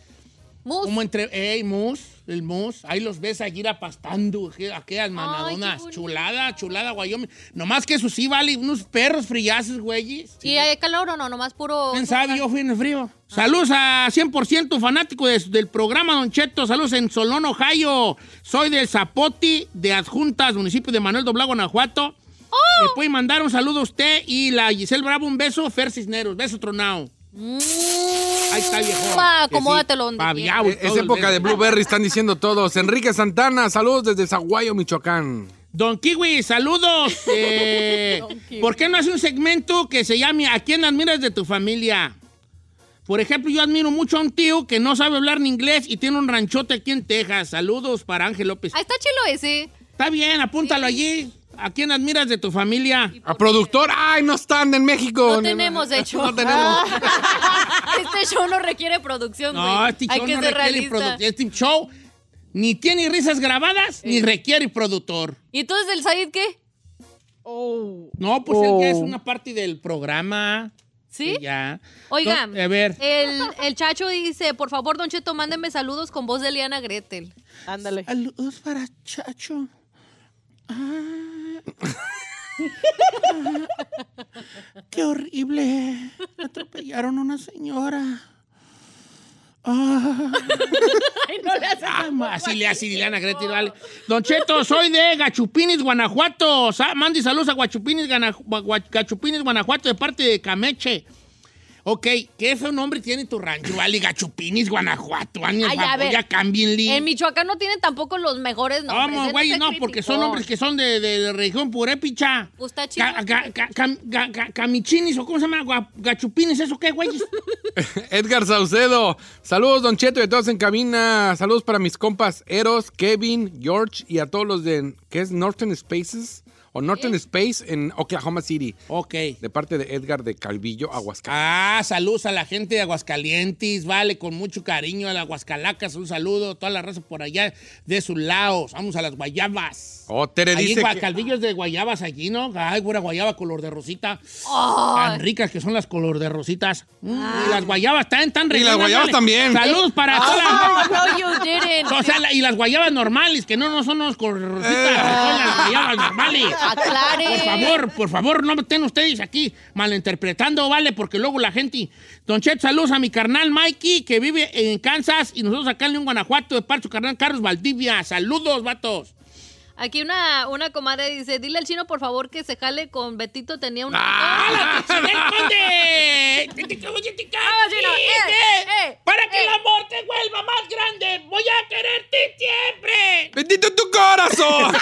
[SPEAKER 4] Mus.
[SPEAKER 3] Como entre... ¡Ey, mus! El mus. Ahí los ves allí ir apastando. que- Aquellas manadonas.
[SPEAKER 4] bonito.
[SPEAKER 3] chulada, chulada Wyoming. Nomás que eso sí, vale. Unos perros frillazos, güeyes.
[SPEAKER 4] ¿Y hay calor o no? Ah. Nomás puro...
[SPEAKER 3] ¿Quién sabe? Yo fui en el frío. Saludos a 100% fanático de- del programa, Don Cheto. Saludos en Solón, Ohio. Soy del Zapoti, de Adjuntas, municipio de Manuel Doblá, Guanajuato.
[SPEAKER 4] ¡Oh!
[SPEAKER 3] Le puede mandar un saludo a usted y la Giselle Bravo un beso. Fer Cisneros, beso tronado. Ahí está,
[SPEAKER 4] Pa,
[SPEAKER 5] Que sí.
[SPEAKER 3] viejo.
[SPEAKER 4] Mm. acomódatelo donde
[SPEAKER 3] Pa'
[SPEAKER 4] quiera.
[SPEAKER 3] diablos,
[SPEAKER 5] Eh, Es
[SPEAKER 3] todo el
[SPEAKER 5] época de
[SPEAKER 3] beso.
[SPEAKER 5] Blueberry, están diciendo todos. Enrique Santana, saludos desde Zaguayo, Michoacán.
[SPEAKER 3] Don Kiwi, saludos. Eh, ¿Por qué no hace un segmento que se llame ¿A quién admiras de tu familia? Por ejemplo, yo admiro mucho a un tío que no sabe hablar ni inglés y tiene un ranchote aquí en Texas. Saludos para Ángel López.
[SPEAKER 4] Ahí Ah, está chilo ese.
[SPEAKER 3] Está bien, apúntalo allí. ¿A quién admiras de tu familia?
[SPEAKER 5] A productor, ay, no están en México.
[SPEAKER 4] No tenemos, de hecho.
[SPEAKER 5] No tenemos.
[SPEAKER 4] Este show no requiere producción, güey.
[SPEAKER 3] No, este
[SPEAKER 4] Hay
[SPEAKER 3] show
[SPEAKER 4] que
[SPEAKER 3] no
[SPEAKER 4] ser
[SPEAKER 3] requiere
[SPEAKER 4] realista.
[SPEAKER 3] productor. Este show ni tiene risas grabadas
[SPEAKER 4] Eh.
[SPEAKER 3] ni requiere productor.
[SPEAKER 4] ¿Y entonces el Said qué?
[SPEAKER 3] No, pues él ya es una parte del programa.
[SPEAKER 4] Oh. ¿Sí?
[SPEAKER 3] que Ya.
[SPEAKER 4] Oiga,
[SPEAKER 3] No, a ver.
[SPEAKER 4] El, el chacho dice, por favor, Don Cheto, mándeme saludos con voz de Eliana Gretel.
[SPEAKER 6] Ándale.
[SPEAKER 3] Saludos para Chacho. Ah. Ah, Qué horrible. Atropellaron a una señora. Ah. Ah, ma- así le hace Liliana Gretel, vale. Don Cheto, soy de Gachupines, Guanajuato. Sa- Mande saludos a Guachupines, Gana- Gua- Gua- Gachupines, Guanajuato, de parte de Cameche. Ok, ¿qué fue nombre tiene tu rancho? Vale, Gachupines, Guanajuato. Ay,
[SPEAKER 4] Ay, a ver.
[SPEAKER 3] ya cámbienle.
[SPEAKER 4] En Michoacán no tienen tampoco los mejores nombres.
[SPEAKER 3] Vamos,
[SPEAKER 4] ¿eh?
[SPEAKER 3] güey,
[SPEAKER 4] sea
[SPEAKER 3] no, porque son
[SPEAKER 4] criticón.
[SPEAKER 3] hombres que son de, de, de región purépicha.
[SPEAKER 4] Pues está chido.
[SPEAKER 3] Ca- ga- ga- cam- ga- ga- Camichines, o cómo se llama, Gua- gachupines, ¿eso qué, güey?
[SPEAKER 5] Edgar Saucedo, saludos Don Cheto y a todos en cabina, saludos para mis compas Eros, Kevin, George y a todos los de, ¿qué es? Northern Spaces o Northern Space en Oklahoma City,
[SPEAKER 3] ok.
[SPEAKER 5] de parte de Edgar de Calvillo, Aguascalientes.
[SPEAKER 3] Ah, saludos a la gente de Aguascalientes, vale, con mucho cariño a las Aguascalacas, un saludo a toda la raza por allá de sus lados. Vamos a las guayabas.
[SPEAKER 5] Oh, Tere
[SPEAKER 3] Allí
[SPEAKER 5] dice
[SPEAKER 3] gua-
[SPEAKER 5] que-
[SPEAKER 3] caldillos de guayabas allí, ¿no? Ay, pura guayaba color de rosita.
[SPEAKER 4] Ay.
[SPEAKER 3] Tan ricas que son las color de rositas. Mm, Y las guayabas también tan ricas.
[SPEAKER 5] las guayabas también.
[SPEAKER 3] Saludos para todas
[SPEAKER 6] Ay,
[SPEAKER 3] las-
[SPEAKER 6] no,
[SPEAKER 4] You
[SPEAKER 6] you-
[SPEAKER 4] didn't.
[SPEAKER 3] O sea, la- y las guayabas normales, que no, no son los colorcitas, son las guayabas normales.
[SPEAKER 4] Aclare.
[SPEAKER 3] Por favor, por favor, no estén ustedes aquí malinterpretando, ¿vale? Porque luego la gente... Don Chet, saludos a mi carnal Mikey, que vive en Kansas, y nosotros acá en León, Guanajuato, de parte de su carnal Carlos Valdivia. Saludos, vatos.
[SPEAKER 4] Aquí una, una comadre dice, dile al chino por favor que se jale con Betito tenía un...
[SPEAKER 3] ¡Ah, la pinche del conde! ¡Te- te- te voy a ticar!
[SPEAKER 4] Vamos, Gino,
[SPEAKER 3] Sí,
[SPEAKER 4] eh,
[SPEAKER 3] sí.
[SPEAKER 4] eh,
[SPEAKER 3] ¡Para que
[SPEAKER 4] eh.
[SPEAKER 3] el amor te vuelva más grande! ¡Voy a quererte siempre!
[SPEAKER 5] ¡Bendito tu corazón!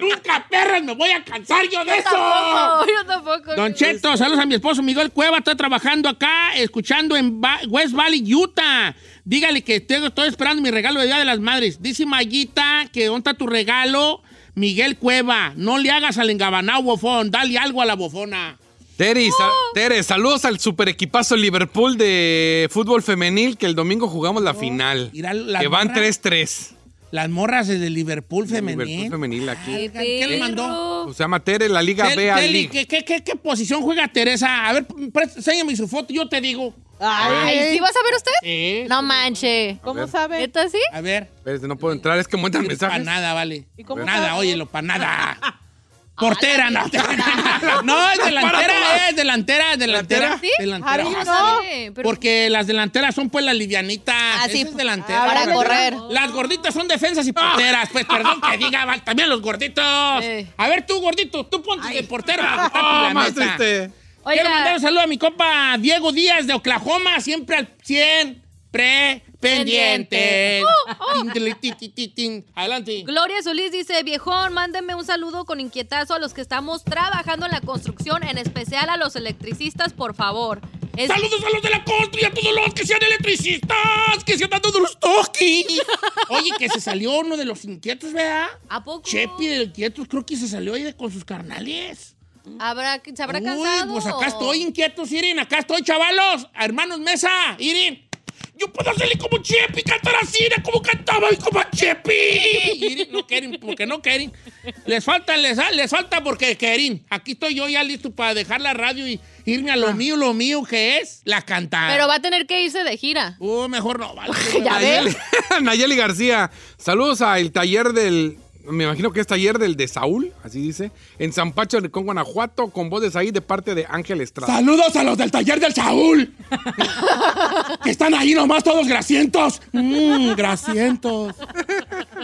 [SPEAKER 3] ¡Nunca, perras, me voy a cansar yo de
[SPEAKER 4] Yo
[SPEAKER 3] eso!
[SPEAKER 4] tampoco, yo tampoco.
[SPEAKER 3] Don Cheto, saludos a mi esposo Miguel Cueva, está trabajando acá, escuchando en Ba- West Valley, Utah. Dígale que tengo- estoy esperando mi regalo de Día de las Madres. Dice Mayita que ¿dónde está tu regalo? Miguel Cueva, no le hagas al engabanao bofón, dale algo a la bofona.
[SPEAKER 5] Tere, sa-
[SPEAKER 3] Oh.
[SPEAKER 5] Tere, saludos al super equipazo Liverpool de fútbol femenil que el domingo jugamos la final.
[SPEAKER 3] Mira, Oh. la
[SPEAKER 5] que van
[SPEAKER 3] morra-
[SPEAKER 5] 3-3.
[SPEAKER 3] Las morras de Liverpool femenil.
[SPEAKER 5] Liverpool femenil aquí.
[SPEAKER 4] Qué
[SPEAKER 3] ¿Qué le mandó?
[SPEAKER 5] O Se llama Tere, la Liga
[SPEAKER 3] Tel-
[SPEAKER 5] B.
[SPEAKER 3] Teli,
[SPEAKER 5] League.
[SPEAKER 3] ¿qué, qué, qué, qué posición juega Teresa? A ver, pre- enséñame su foto, yo te digo.
[SPEAKER 4] Ay, ¿sí vas a ver usted?
[SPEAKER 3] Eh,
[SPEAKER 4] No manche.
[SPEAKER 5] A
[SPEAKER 6] ¿Cómo
[SPEAKER 5] ver.
[SPEAKER 6] sabe?
[SPEAKER 4] ¿Neta sí?
[SPEAKER 3] A ver.
[SPEAKER 5] Espérate, no puedo entrar, es que muestran
[SPEAKER 3] Para
[SPEAKER 5] mensajes.
[SPEAKER 3] nada, vale.
[SPEAKER 6] ¿Y cómo
[SPEAKER 3] nada,
[SPEAKER 6] sabe?
[SPEAKER 3] óyelo, para nada.
[SPEAKER 4] Ah,
[SPEAKER 3] Portera, no. no, es delantera, es delantera, delantera.
[SPEAKER 5] ¿Delantera?
[SPEAKER 4] ¿Sí?
[SPEAKER 3] Delantera.
[SPEAKER 6] Ay, no.
[SPEAKER 4] Ah, sabe, pero-
[SPEAKER 3] Porque las delanteras son pues las livianitas.
[SPEAKER 4] Ah, sí.
[SPEAKER 3] Esa es delantera.
[SPEAKER 4] Para
[SPEAKER 3] Las
[SPEAKER 4] correr.
[SPEAKER 3] Las gorditas son defensas y porteras. Pues perdón que diga, Val, también los gorditos.
[SPEAKER 4] Eh.
[SPEAKER 3] A ver tú, gordito, tú ponte de portero. para que tape
[SPEAKER 5] Ah,
[SPEAKER 3] la
[SPEAKER 5] más
[SPEAKER 3] meta.
[SPEAKER 5] este.
[SPEAKER 4] Oiga.
[SPEAKER 3] Quiero mandar un saludo a mi compa Diego Díaz de Oklahoma, siempre al 100 pre pendiente.
[SPEAKER 4] Pendiente. Uh,
[SPEAKER 3] Tin, tin, tin, tin, tin, tin. Adelante.
[SPEAKER 4] Gloria Solís dice, viejón, mándenme un saludo con inquietazo a los que estamos trabajando en la construcción, en especial a los electricistas, por favor. Es-
[SPEAKER 3] Saludos a los de la costa y a todos los que sean electricistas, que sean dando de los toques. Oye, que se salió uno de los inquietos, ¿verdad?
[SPEAKER 4] ¿A poco?
[SPEAKER 3] Chepi del inquietos, creo que se salió ahí de- con sus carnales.
[SPEAKER 4] ¿Habrá, ¿Se habrá
[SPEAKER 3] Uy,
[SPEAKER 4] cansado?
[SPEAKER 3] pues acá estoy inquietos, Irin, acá estoy, chavalos. Hermanos Mesa, Irin. Yo puedo hacerle como Chepi, cantar así, era como cantaba y como Chepi. Irin, no quieren, porque no quieren. Les falta, les, ah, les falta porque quieren. Aquí estoy yo ya listo para dejar la radio y irme a lo mío, lo mío que es la cantada.
[SPEAKER 4] Ah. Pero va a tener que irse de gira.
[SPEAKER 3] Uh, mejor no, vale.
[SPEAKER 4] Ya
[SPEAKER 5] Nayeli, Nayeli García, saludos al taller del. Me imagino que es taller del de Saúl, así dice. En San Pacho, Rincón, Guanajuato, con voces ahí de parte de Ángel Estrada.
[SPEAKER 3] Saludos a los del taller del Saúl. que están ahí nomás todos grasientos. Mmm, grasientos.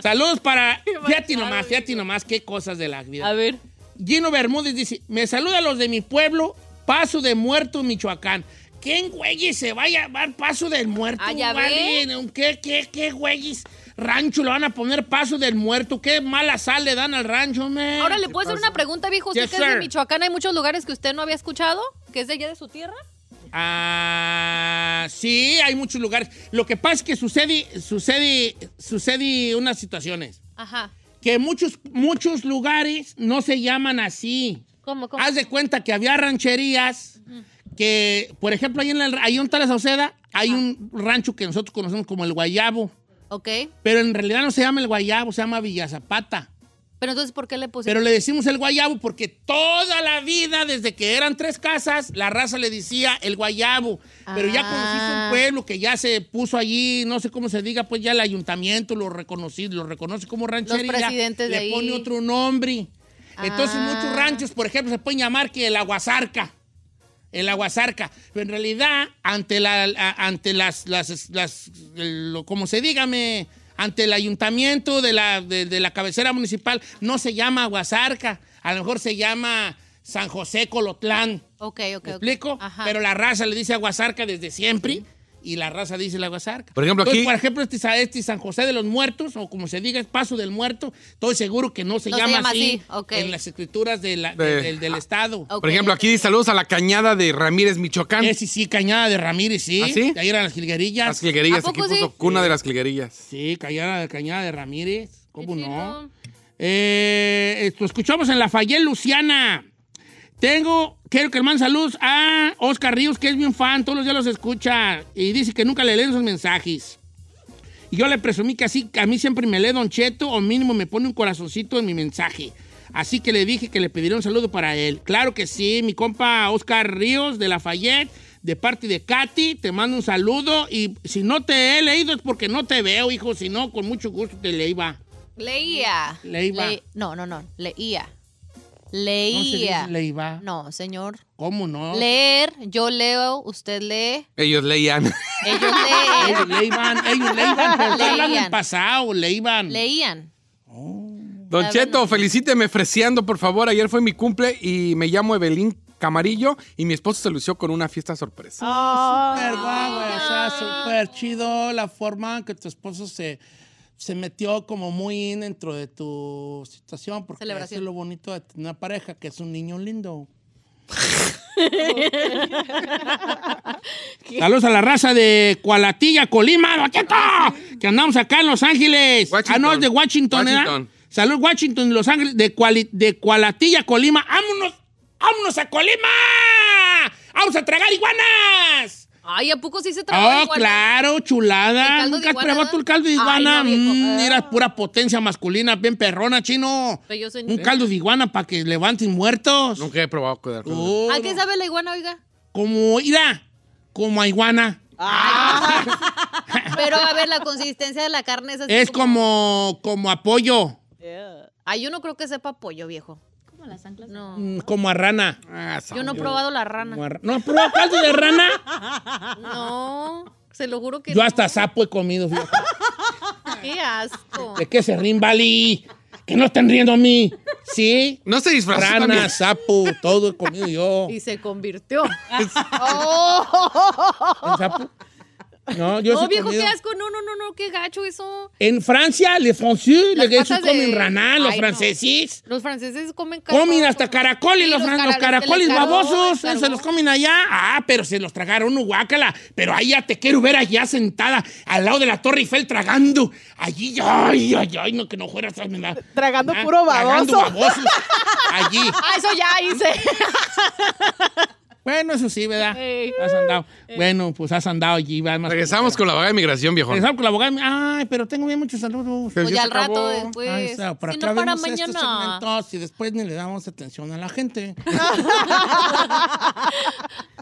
[SPEAKER 3] Saludos para. Fíjate nomás, fíjate nomás qué cosas de la vida.
[SPEAKER 4] A ver.
[SPEAKER 3] Gino Bermúdez dice: Me saluda a los de mi pueblo, Paso de Muerto, Michoacán. ¿Quién güeyes se va a llamar Paso del Muerto?
[SPEAKER 4] Ah, ya
[SPEAKER 3] vale? ¿Qué, qué, qué güeyes? Rancho le van a poner Paso del Muerto. Qué mala sal le dan al rancho, man.
[SPEAKER 4] Ahora le puedo hacer una pregunta, viejo. ¿Usted
[SPEAKER 3] Yes,
[SPEAKER 4] que es de
[SPEAKER 3] sir.
[SPEAKER 4] Michoacán? ¿Hay muchos lugares que usted no había escuchado? ¿Que es de allá de su tierra?
[SPEAKER 3] Ah, sí, hay muchos lugares. Lo que pasa es que sucede, sucede, sucede unas situaciones.
[SPEAKER 4] Ajá.
[SPEAKER 3] Que muchos, muchos lugares no se llaman así.
[SPEAKER 4] ¿Cómo, cómo?
[SPEAKER 3] Haz de cuenta que había rancherías que, por ejemplo, ahí en la, ahí en la Sauceda hay un rancho que nosotros conocemos como el Guayabo.
[SPEAKER 4] Ok.
[SPEAKER 3] Pero en realidad no se llama el Guayabo, se llama Villazapata.
[SPEAKER 4] Pero entonces, ¿por qué le pusieron?
[SPEAKER 3] Pero le decimos el guayabo porque toda la vida, desde que eran tres casas, la raza le decía el guayabo. Pero ya conociste
[SPEAKER 4] Ah.
[SPEAKER 3] un pueblo que ya se puso allí, no sé cómo se diga, pues ya el ayuntamiento lo, reconocí, lo reconoce como ranchería.
[SPEAKER 4] presidentes de
[SPEAKER 3] le
[SPEAKER 4] ahí.
[SPEAKER 3] pone otro nombre. Entonces
[SPEAKER 4] Ah.
[SPEAKER 3] muchos ranchos, por ejemplo, se pueden llamar que el aguazarca. El aguazarca. Pero en realidad, ante, la, a- ante las, las, las- el- lo- como se dígame, ante el ayuntamiento de la, de, de la cabecera municipal, no se llama aguazarca. A lo mejor se llama San José Colotlán.
[SPEAKER 4] Ok, ok.
[SPEAKER 3] ¿Me
[SPEAKER 4] ok.
[SPEAKER 3] explico?
[SPEAKER 4] Ajá.
[SPEAKER 3] Pero la raza le dice aguazarca desde siempre. Y la raza dice la aguazarca.
[SPEAKER 5] Por ejemplo,
[SPEAKER 3] Entonces,
[SPEAKER 5] aquí-
[SPEAKER 3] por ejemplo, este, sa- este San José de los Muertos, o como se diga, es Paso del Muerto, estoy seguro que no se,
[SPEAKER 4] No se
[SPEAKER 3] llama,
[SPEAKER 4] llama
[SPEAKER 3] así,
[SPEAKER 4] así, ok. Ah,
[SPEAKER 3] en las escrituras de la-
[SPEAKER 5] De-
[SPEAKER 3] de- del, del Estado.
[SPEAKER 4] Ok,
[SPEAKER 5] Por
[SPEAKER 4] ya
[SPEAKER 5] ejemplo, aquí saludos a la cañada de Ramírez, Michoacán.
[SPEAKER 3] Eh, sí, sí, Cañada de Ramírez, sí.
[SPEAKER 5] ¿Ah, sí?
[SPEAKER 3] De ahí eran las jilguerillas.
[SPEAKER 5] Las jilguerillas,
[SPEAKER 4] ¿A
[SPEAKER 5] aquí
[SPEAKER 4] poco
[SPEAKER 5] puso
[SPEAKER 4] sí?
[SPEAKER 5] cuna de las jilguerillas.
[SPEAKER 3] Sí, Cañada, Cañada de Ramírez. ¿Cómo
[SPEAKER 4] Qué
[SPEAKER 3] no?
[SPEAKER 4] chido.
[SPEAKER 3] Eh, esto escuchamos en Lafayette, Luciana. Tengo, quiero que manden saludos a Oscar Ríos, que es bien fan, todos los días los escucha y dice que nunca le leen sus mensajes. Y yo le presumí que así, que a mí siempre me lee Don Cheto o mínimo me pone un corazoncito en mi mensaje. Así que le dije que le pediría un saludo para él. Claro que sí, mi compa Oscar Ríos de Lafayette, de parte de Katy, te mando un saludo y si no te he leído es porque no te veo, hijo, si no, con mucho gusto te le iba.
[SPEAKER 4] Leía.
[SPEAKER 3] Leía.
[SPEAKER 4] Le- No, no, no. Leía.
[SPEAKER 3] No se dice
[SPEAKER 4] Leía.
[SPEAKER 3] le iba.
[SPEAKER 4] No, señor.
[SPEAKER 3] ¿Cómo no?
[SPEAKER 4] Leer, yo leo, usted lee,
[SPEAKER 5] Ellos leían.
[SPEAKER 4] ellos leen,
[SPEAKER 3] ellos le iban, ellos le iban, pero está hablando
[SPEAKER 4] Leían.
[SPEAKER 3] en pasado, le iban.
[SPEAKER 4] leían.
[SPEAKER 5] Don Cheto, felicíteme freseando, por favor. Ayer fue mi cumple y me llamo Evelyn Camarillo y mi esposo se lució con una fiesta sorpresa.
[SPEAKER 4] Ah.
[SPEAKER 3] Súper guau, güey, o sea, súper chido la forma en que tu esposo se, se metió como muy in dentro de tu situación, porque
[SPEAKER 4] Celebración.
[SPEAKER 3] eso es lo bonito de tener una pareja, que es un niño lindo. Saludos a la raza de Cualatilla, Colima, Don Cheto, que andamos acá en Los Ángeles.
[SPEAKER 5] Washington.
[SPEAKER 3] Ah, no, es de Washington, ¿verdad?
[SPEAKER 5] Washington.
[SPEAKER 3] Salud Washington, Los Ángeles, de, Cuali- de Cualatilla, Colima. ¡Vámonos! ¡Vámonos a Colima! ¡Vamos a tragar iguanas!
[SPEAKER 4] Ay, ¿a poco sí se trabaja?
[SPEAKER 3] Oh, claro,
[SPEAKER 4] El
[SPEAKER 3] chulada.
[SPEAKER 4] caldo de
[SPEAKER 3] Nunca
[SPEAKER 4] iguana,
[SPEAKER 3] probó
[SPEAKER 4] ¿no?
[SPEAKER 3] tú el caldo de
[SPEAKER 4] Ay,
[SPEAKER 3] iguana.
[SPEAKER 4] no, viejo. Ah.
[SPEAKER 3] Mm, Mira, pura potencia masculina, bien perrona, chino.
[SPEAKER 4] Pero yo soy-
[SPEAKER 3] Un caldo de iguana para que levanten muertos.
[SPEAKER 5] Nunca he probado cuidar con
[SPEAKER 3] Oh,
[SPEAKER 4] ¿A qué sabe la iguana, oiga?
[SPEAKER 3] Como, mira, como a iguana.
[SPEAKER 4] Pero a ver, la consistencia de la carne es así.
[SPEAKER 3] Es como, como a pollo,
[SPEAKER 4] Ay, yo no creo que sepa pollo, viejo. ¿Cómo las anclas? No.
[SPEAKER 3] mm, como a rana.
[SPEAKER 5] Ah, sa-
[SPEAKER 4] Yo no he probado la rana.
[SPEAKER 3] Como a ra- ¿No has probado caldo de rana?
[SPEAKER 4] No, se lo juro que
[SPEAKER 3] Yo
[SPEAKER 4] no.
[SPEAKER 3] hasta sapo he comido, fíjate.
[SPEAKER 4] Qué asco.
[SPEAKER 3] ¿De qué se ríen, Bali? Que no están riendo a mí. ¿Sí?
[SPEAKER 5] No se disfrazó también.
[SPEAKER 3] Rana, sapo, todo he comido yo.
[SPEAKER 4] Y se convirtió.
[SPEAKER 3] ¿Un sapo? No, yo sí
[SPEAKER 4] No,
[SPEAKER 3] he
[SPEAKER 4] Oh, viejo,
[SPEAKER 3] comido.
[SPEAKER 4] qué asco. No, no, no, no, qué gacho eso.
[SPEAKER 3] En Francia, les français,
[SPEAKER 4] Las
[SPEAKER 3] les gars
[SPEAKER 4] patas
[SPEAKER 3] comen
[SPEAKER 4] de-
[SPEAKER 3] rana, los
[SPEAKER 4] Ay, no.
[SPEAKER 3] franceses.
[SPEAKER 4] Los franceses comen
[SPEAKER 3] Comen hasta caracoles,
[SPEAKER 4] Sí,
[SPEAKER 3] los, fran- los
[SPEAKER 4] cara-
[SPEAKER 3] caracoles
[SPEAKER 4] el escargot,
[SPEAKER 3] babosos,
[SPEAKER 4] el
[SPEAKER 3] se los comen allá. Ah, pero se los tragaron, uh, guácala. Pero ahí ya te quiero ver allá sentada, al lado de la Torre Eiffel, tragando. Allí, ay, ay, ay, no, que no fuera esa me da-
[SPEAKER 6] Tragando
[SPEAKER 3] Ah,
[SPEAKER 6] puro
[SPEAKER 3] Tragando
[SPEAKER 6] baboso.
[SPEAKER 3] babosos. Allí.
[SPEAKER 4] Ah, eso ya hice.
[SPEAKER 3] Bueno, eso sí, ¿verdad?
[SPEAKER 4] Ey.
[SPEAKER 3] Has andado. Bueno, pues has andado allí. va, más-
[SPEAKER 5] Regresamos con la vaga de migración, viejo.
[SPEAKER 3] Regresamos con la abogada. Ay, pero tengo bien muchos saludos.
[SPEAKER 5] Pero
[SPEAKER 4] Oye,
[SPEAKER 5] ya se
[SPEAKER 4] Pues al rato
[SPEAKER 5] acabó.
[SPEAKER 4] después.
[SPEAKER 3] Ay, Sao, para
[SPEAKER 4] pues, si no,
[SPEAKER 3] acá
[SPEAKER 4] para
[SPEAKER 3] vemos este estos
[SPEAKER 4] mañana.
[SPEAKER 3] segmentos y después ni le damos atención a la gente.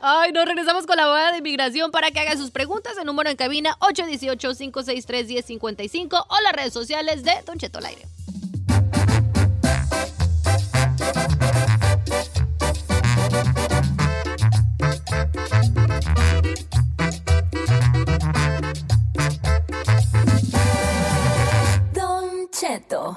[SPEAKER 4] Ay, nos regresamos con la abogada de inmigración para que haga sus preguntas. El número en cabina 818-563-1055 o las redes sociales de Don Cheto al aire.
[SPEAKER 7] Don Cheto.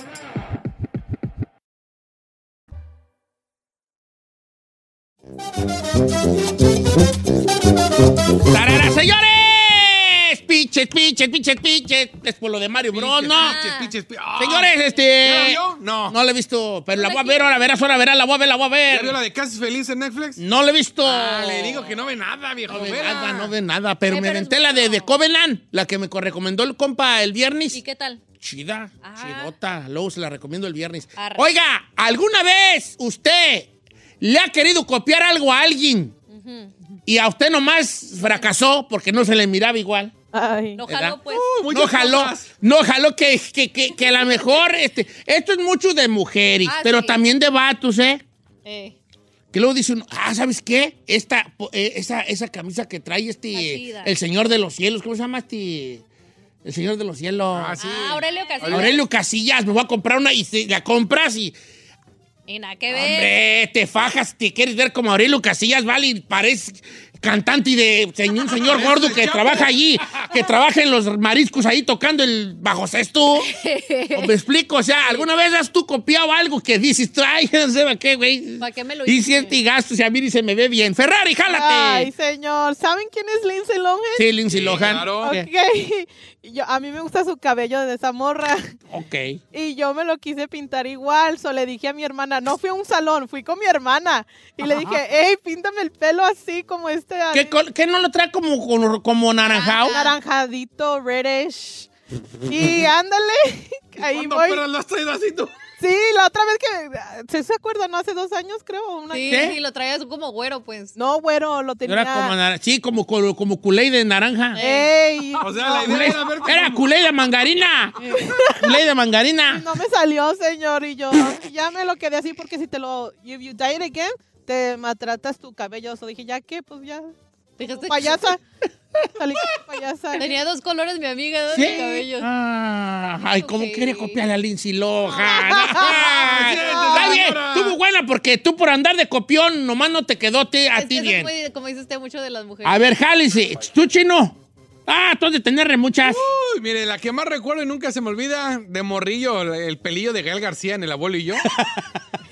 [SPEAKER 3] ¡Tarara, señores! ¡Piches, piches, piches, piches! Es por lo de Mario Bros, ¡Oh, ¿no?
[SPEAKER 5] Piches, piches, pi- ¡Ah!
[SPEAKER 3] Señores,
[SPEAKER 5] ¿Ya la
[SPEAKER 3] este...
[SPEAKER 5] vio? No.
[SPEAKER 3] No la he visto, pero la voy a ver, ahora verás, ahora verás, la voy a ver, la voy a
[SPEAKER 5] ¿Ya vio la
[SPEAKER 3] ver.
[SPEAKER 5] de Casi Feliz en Netflix?
[SPEAKER 3] No la he visto.
[SPEAKER 5] Ah, le digo que no ve nada, viejo.
[SPEAKER 3] No ve
[SPEAKER 5] vela.
[SPEAKER 3] nada, no ve nada. Pero
[SPEAKER 4] Eh,
[SPEAKER 3] me
[SPEAKER 4] pero es
[SPEAKER 3] aventé la de,
[SPEAKER 4] bueno.
[SPEAKER 3] de Covenant, la que me co- recomendó el compa el viernes.
[SPEAKER 4] ¿Y qué tal?
[SPEAKER 3] Chida,
[SPEAKER 4] Ah.
[SPEAKER 3] chidota. Luego se la recomiendo el viernes.
[SPEAKER 4] Arre.
[SPEAKER 3] Oiga, ¿alguna vez usted le ha querido copiar algo a alguien y a usted nomás fracasó porque no se le miraba igual?
[SPEAKER 6] Ay.
[SPEAKER 4] No
[SPEAKER 3] ¿Verdad?
[SPEAKER 4] jaló, pues.
[SPEAKER 5] Uh, muchas
[SPEAKER 3] no jaló,
[SPEAKER 5] cosas.
[SPEAKER 3] no jaló que, que, que- que a lo mejor, este, esto es mucho de mujeres,
[SPEAKER 4] Ah,
[SPEAKER 3] pero
[SPEAKER 4] sí.
[SPEAKER 3] también de vatos, ¿eh?
[SPEAKER 4] Eh,
[SPEAKER 3] Que luego dice uno, ah, ¿sabes qué? Esta, po- eh, esa, esa camisa que trae
[SPEAKER 4] Está
[SPEAKER 3] este,
[SPEAKER 4] chida.
[SPEAKER 3] el señor de los cielos, ¿cómo se llama este? El señor de los cielos.
[SPEAKER 5] Ah, sí.
[SPEAKER 4] Ah, Aurelio Casillas.
[SPEAKER 3] Aurelio Casillas, me voy a comprar una y se- la compras y.
[SPEAKER 4] Y nada que ver.
[SPEAKER 3] Hombre, te fajas, te quieres ver como Aurelio Casillas, vale, y pareces cantante y de señ- un señor gordo que trabaja allí, que trabaja en los mariscos ahí tocando el bajo sexto. ¿O me explico? O sea, ¿alguna vez has tú copiado algo que dices, trae, no sé para qué, güey?
[SPEAKER 4] ¿Para qué me lo
[SPEAKER 3] Y
[SPEAKER 4] hice?
[SPEAKER 3] siente y gasto, o sea, mira y se me ve bien. Ferrari, jálate.
[SPEAKER 6] Ay, señor. ¿Saben quién es Lindsay Lohan?
[SPEAKER 3] sí, Lindsay Lohan.
[SPEAKER 5] Claro.
[SPEAKER 6] Ok. Yo, a mí me gusta su cabello de esa morra.
[SPEAKER 3] Ok.
[SPEAKER 6] Y yo me lo quise pintar igual, so le dije a mi hermana, no fui a un salón, fui con mi hermana. Y le dije, hey, píntame el pelo así como este.
[SPEAKER 3] ¿Qué,
[SPEAKER 6] así,
[SPEAKER 3] col- qué no lo trae como, como, como naranjao?
[SPEAKER 4] Ah,
[SPEAKER 6] Naranjadito, reddish. Y ándale, ahí
[SPEAKER 5] ¿Cuándo
[SPEAKER 6] voy.
[SPEAKER 5] apenas lo has traído así tú?
[SPEAKER 6] Sí, la otra vez que, ¿se, se acuerdan? No, hace dos años creo. Una...
[SPEAKER 4] Sí,
[SPEAKER 3] ¿Qué?
[SPEAKER 4] sí, lo traías como güero, pues.
[SPEAKER 6] No, bueno, lo tenía.
[SPEAKER 3] Era como naran- sí, como, como, como Kool-Aid de naranja.
[SPEAKER 4] Eh.
[SPEAKER 6] Ey,
[SPEAKER 5] O sea, la idea era verte
[SPEAKER 3] Era
[SPEAKER 5] como-
[SPEAKER 3] Kool-Aid de mangarina. Kool-Aid de mangarina.
[SPEAKER 6] no me salió, señor, y yo ya me lo quedé así porque si te lo, if you dye it again, te maltratas tu cabello. So dije, ya qué, pues ya,
[SPEAKER 4] Dejaste-
[SPEAKER 6] payasa. Salí como payasa.
[SPEAKER 4] Tenía dos colores, mi amiga, dos
[SPEAKER 3] Sí.
[SPEAKER 4] cabellos.
[SPEAKER 3] Ah, ay, ¿cómo
[SPEAKER 4] Ok.
[SPEAKER 3] quiere copiar a Lindsay Lohan? Ay, Está bien,
[SPEAKER 5] señora.
[SPEAKER 3] estuvo buena porque tú por andar de copión nomás no te quedó te- a
[SPEAKER 4] Es que
[SPEAKER 3] ti
[SPEAKER 4] eso
[SPEAKER 3] bien.
[SPEAKER 4] fue, como dice usted, mucho de las mujeres.
[SPEAKER 3] A ver, jálice, tú chino. Ah, tú has de tener muchas.
[SPEAKER 4] Uh,
[SPEAKER 5] Uy, mire, la que más recuerdo y nunca se me olvida de morrillo, el pelillo de Gael García en El Abuelo y yo.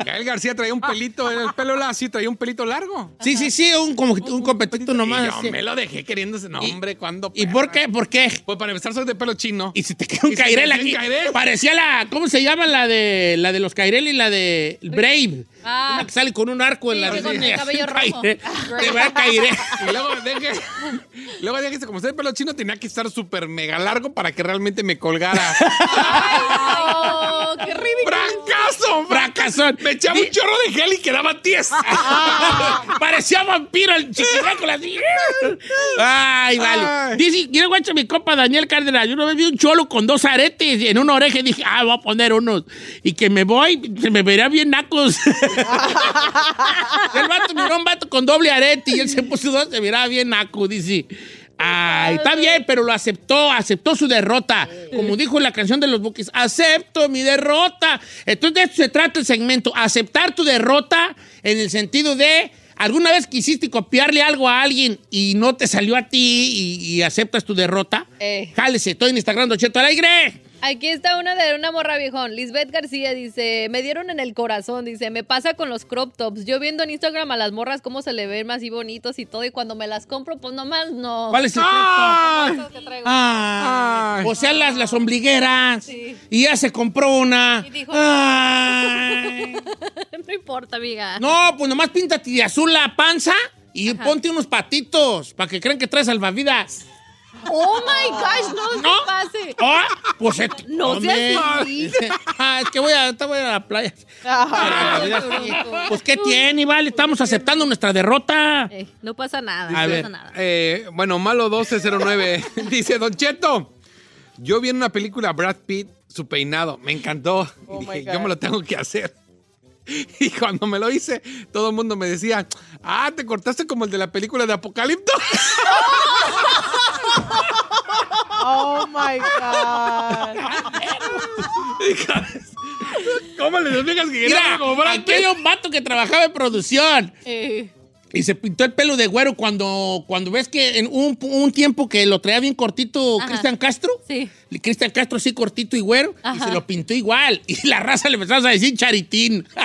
[SPEAKER 5] Gael García traía un pelito, el pelo lacio, y traía un pelito largo.
[SPEAKER 3] Sí, sí, sí, un, como, un competito
[SPEAKER 5] Y
[SPEAKER 3] nomás.
[SPEAKER 5] yo
[SPEAKER 3] así.
[SPEAKER 5] me lo dejé queriéndose. No,
[SPEAKER 3] ¿Y-
[SPEAKER 5] hombre, ¿cuándo?
[SPEAKER 3] ¿Y
[SPEAKER 5] perra?
[SPEAKER 3] por qué? ¿Por qué?
[SPEAKER 5] Pues para empezar, soy de pelo chino.
[SPEAKER 3] Y si te queda un
[SPEAKER 5] Y se
[SPEAKER 3] cairel
[SPEAKER 5] me dio
[SPEAKER 3] aquí.
[SPEAKER 5] un cairel.
[SPEAKER 3] Parecía la. ¿Cómo se llama la de la de los cairel y la de Brave?
[SPEAKER 4] Ah.
[SPEAKER 3] Una que sale con un arco en
[SPEAKER 4] Sí,
[SPEAKER 3] la
[SPEAKER 4] que con el
[SPEAKER 3] así,
[SPEAKER 4] cabello
[SPEAKER 3] un
[SPEAKER 4] rojo.
[SPEAKER 3] cairel.
[SPEAKER 4] Brave.
[SPEAKER 3] Te va a cairel.
[SPEAKER 5] Y luego deje, luego deje, que como soy de pelo chino, tenía que estar súper mega largo para que realmente me colgara.
[SPEAKER 4] ¡Ay, no! ¡Qué ridículo!
[SPEAKER 5] ¡Fracaso!
[SPEAKER 3] Fracasón.
[SPEAKER 5] Me echaba un chorro de gel y quedaba 10.
[SPEAKER 3] Parecía vampiro el chiquirácula. así. Ay, vale.
[SPEAKER 5] Ay.
[SPEAKER 3] Dice, quiero guacho mi compa Daniel Cárdenas. Yo una vez vi un cholo con dos aretes en una oreja y dije, ah, voy a poner unos. Y que me voy, se me vería bien nacos. el vato miró a un vato con doble arete y él se puso dos, se miraba bien naco, dice. Ay, está bien, pero lo aceptó, aceptó su derrota. Como dijo en la canción de los buques, acepto mi derrota. Entonces de esto se trata el segmento, aceptar tu derrota en el sentido de alguna vez quisiste copiarle algo a alguien y no te salió a ti y, y aceptas tu derrota.
[SPEAKER 4] Eh.
[SPEAKER 3] Jálese, estoy en Instagram, Don Cheto al aire.
[SPEAKER 4] Aquí está una de una morra viejón. Lisbeth García dice, me dieron en el corazón, dice, me pasa con los crop tops. Yo viendo en Instagram a las morras cómo se le ven más y bonitos y todo, y cuando me las compro, pues nomás no.
[SPEAKER 3] ¿Cuál es el
[SPEAKER 5] Ay.
[SPEAKER 4] Esas que traigo.
[SPEAKER 3] Ah,
[SPEAKER 5] Ay.
[SPEAKER 3] o sea, las, las ombligueras.
[SPEAKER 4] Sí.
[SPEAKER 3] Y ya se compró una.
[SPEAKER 4] Y dijo,
[SPEAKER 3] Ay.
[SPEAKER 4] no importa, amiga.
[SPEAKER 3] No, pues nomás píntate de azul la panza y ponte unos patitos para que crean que traes salvavidas.
[SPEAKER 4] Oh my gosh, no,
[SPEAKER 3] ¿No?
[SPEAKER 4] se pase.
[SPEAKER 3] Ah, pues se-
[SPEAKER 4] No
[SPEAKER 3] hombre.
[SPEAKER 4] seas así.
[SPEAKER 3] Ah, es que voy a, ahorita voy a la playa.
[SPEAKER 4] Ay,
[SPEAKER 3] Salvavidas,
[SPEAKER 4] qué
[SPEAKER 3] sí.
[SPEAKER 4] bruto.
[SPEAKER 3] Pues qué tiene, vale, estamos aceptando nuestra derrota.
[SPEAKER 4] Eh, no pasa nada,
[SPEAKER 5] A
[SPEAKER 4] no
[SPEAKER 5] ver,
[SPEAKER 4] pasa nada.
[SPEAKER 5] eh, bueno, malo 1209. Dice Don Cheto. Yo vi en una película a Brad Pitt, su peinado, me encantó. Y
[SPEAKER 6] Oh, my
[SPEAKER 5] dije,
[SPEAKER 6] God.
[SPEAKER 5] yo me lo tengo que hacer. Y cuando me lo hice, todo el mundo me decía, ah, te cortaste como el de la película de Apocalipto.
[SPEAKER 6] Oh my God.
[SPEAKER 5] ¿Cómo les explicas que
[SPEAKER 3] Mira,
[SPEAKER 5] quedaba como Brad
[SPEAKER 3] aquí hay
[SPEAKER 5] Pitt?
[SPEAKER 3] un vato que trabajaba en producción.
[SPEAKER 4] Eh,
[SPEAKER 3] Y se pintó el pelo de güero cuando, cuando ves que en un, un tiempo que lo traía bien cortito
[SPEAKER 4] Ajá.
[SPEAKER 3] Cristian Castro.
[SPEAKER 4] sí.
[SPEAKER 3] Y Cristian Castro sí cortito y güero. Y
[SPEAKER 4] Ajá.
[SPEAKER 3] se lo pintó igual. Y la raza le empezamos a decir charitín.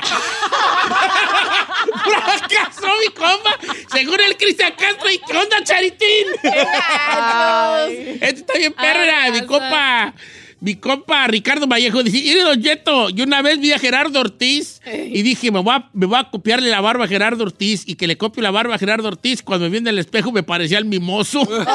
[SPEAKER 3] Fracasó mi compa. Según el Cristian Castro, ¿y qué onda charitín?
[SPEAKER 6] Ay.
[SPEAKER 3] Esto está bien perra,
[SPEAKER 4] Ay,
[SPEAKER 3] mi
[SPEAKER 4] Dios.
[SPEAKER 3] compa. Mi compa Ricardo Vallejo dice, "Mire, Don Cheto, yo una vez vi a Gerardo Ortiz y dije, me voy, a, me voy a copiarle la barba a Gerardo Ortiz y que le copio la barba a Gerardo Ortiz. Cuando me vi en el espejo me parecía el mimoso.